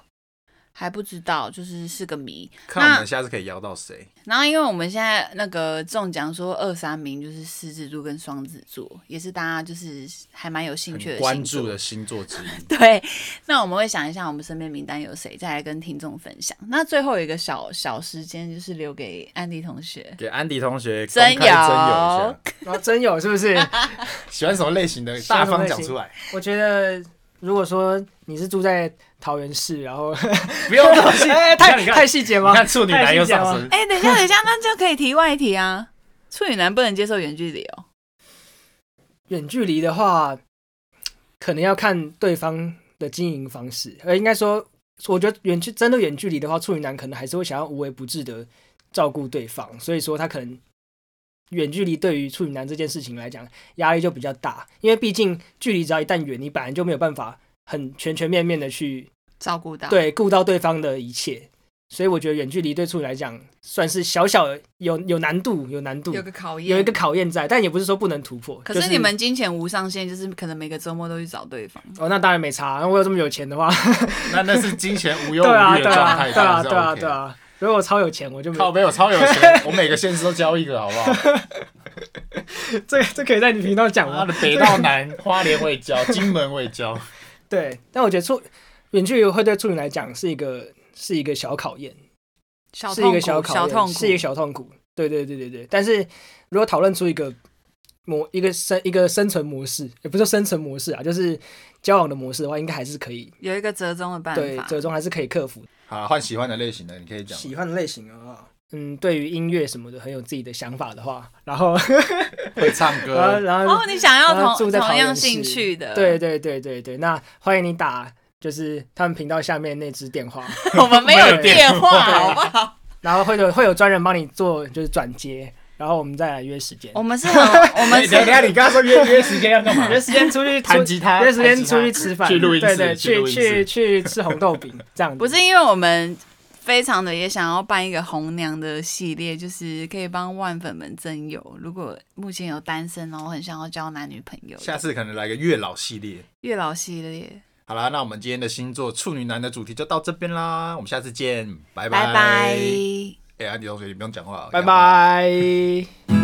Speaker 2: 还不知道，就是是个谜。
Speaker 3: 看我们下次可以邀到谁？
Speaker 2: 然后因为我们现在那个中奖说二三名就是狮子座跟双子座，也是大家就是还蛮有兴趣的星
Speaker 3: 很
Speaker 2: 座
Speaker 3: 关注的星座之一。
Speaker 2: 对，那我们会想一下我们身边名单有谁，再来跟听众分享。那最后有一个小小时间，就是留给安迪同学。
Speaker 3: 给安迪同学公
Speaker 2: 真
Speaker 3: 开真有一下
Speaker 2: 有，
Speaker 1: 然后真有是不是？
Speaker 3: 喜欢什么类型的，大方讲出来，
Speaker 1: 我觉得如果说你是住在桃园市，然后。
Speaker 3: 不用那么 细
Speaker 1: 哎、
Speaker 3: 你
Speaker 1: 太
Speaker 3: 看
Speaker 1: 太细节吗？
Speaker 3: 你看处女男又上升，
Speaker 2: 哎、等一下，等一下，那就可以题外题啊。处女男不能接受远距离哦。
Speaker 1: 远距离的话，可能要看对方的经营方式，呃，应该说，我觉得远距真的远距离的话，处女男可能还是会想要无微不至的照顾对方，所以说他可能远距离对于处女男这件事情来讲，压力就比较大，因为毕竟距离只要一旦远，你本来就没有办法很全全面面的去
Speaker 2: 照顾到。，
Speaker 1: 对顾到对方的一切。所以我觉得远距离对处女来讲算是小小有有难度，有难度，
Speaker 2: 有个考验，
Speaker 1: 有一个。考验在，但也不是说不能突破。
Speaker 2: 可
Speaker 1: 就是
Speaker 2: 你们金钱无上限，就是可能每个周末都去找对方。
Speaker 1: 哦，那当然没差。那我有这么有钱的话，
Speaker 3: 那那是金钱无忧
Speaker 1: 对
Speaker 3: 无
Speaker 1: 啊，
Speaker 3: 虑
Speaker 1: 对
Speaker 3: 的状
Speaker 1: 啊，
Speaker 3: 态，
Speaker 1: 对啊，对
Speaker 3: 当
Speaker 1: 啊，
Speaker 3: 然是
Speaker 1: 对
Speaker 3: OK。
Speaker 1: 啊。如果我超有钱，我就没
Speaker 3: 靠
Speaker 1: 有。
Speaker 3: 背，我超有 钱，我每个县市都交一个，好不好？
Speaker 1: 这个这可以在你频道讲
Speaker 3: 妈
Speaker 1: 吗？
Speaker 3: 的，北到南，花莲未交，金门未交，
Speaker 1: 对，但我觉得处远距离会对处女来讲是一个是一个小考验，
Speaker 2: 小
Speaker 1: 是一
Speaker 2: 痛苦，
Speaker 1: 个小考
Speaker 2: 小
Speaker 1: 验，
Speaker 2: 痛苦
Speaker 1: 是一个小痛苦。对对对对对。但是如果讨论出一个模一个生一个生存模式，也不是说生存模式啊，就是交往的模式的话，应该还是可以
Speaker 2: 有一个折中的办
Speaker 1: 对
Speaker 2: 法。
Speaker 1: 折中还是可以克服。
Speaker 3: 好啦，换喜欢的类型的，你可以讲。
Speaker 1: 喜欢的类型啊，嗯，对于音乐什么的很有自己的想法的话，然后
Speaker 3: 会唱
Speaker 1: 然后
Speaker 3: 歌，哎
Speaker 1: 然后
Speaker 2: 哦，你想要
Speaker 1: 然后
Speaker 2: 同
Speaker 1: 住在
Speaker 2: 同
Speaker 1: 桃
Speaker 2: 样
Speaker 1: 园市
Speaker 2: 兴趣的，
Speaker 1: 对，对对对对，那欢迎你打就是他们频道下面那支电 话，
Speaker 2: 我们没有电话， 好
Speaker 1: 对
Speaker 2: 不好？
Speaker 1: 然后会有会有专人帮你做就是转接，然后我们再来约时间
Speaker 2: 我。们是很，我们
Speaker 3: 哎
Speaker 2: 是
Speaker 3: 等一下你刚刚说约 约时间要干嘛？
Speaker 1: 约时间 出去出
Speaker 3: 弹吉他
Speaker 1: 约时
Speaker 3: 弹
Speaker 1: 间
Speaker 3: 吉他
Speaker 1: 出去吃饭，
Speaker 3: 去录音
Speaker 1: 对
Speaker 3: 室
Speaker 1: 对，
Speaker 3: 去
Speaker 1: 去
Speaker 3: 录音
Speaker 1: 去
Speaker 3: 室
Speaker 1: 去吃红豆饼这样子。
Speaker 2: 不是因为我们非常的也想要办一个红娘的系列，就是可以帮万粉们增友。如果目前有单身然后很想要交男女朋友的，
Speaker 3: 下次可能来个月老系列。
Speaker 2: 月老系列，
Speaker 3: 好啦，那我们今天的星座处女男的主题就到这边啦，我们下次见，拜
Speaker 2: 拜
Speaker 3: 拜
Speaker 2: 拜。
Speaker 3: 哎，安迪同学，你不用讲话，
Speaker 1: 拜。拜。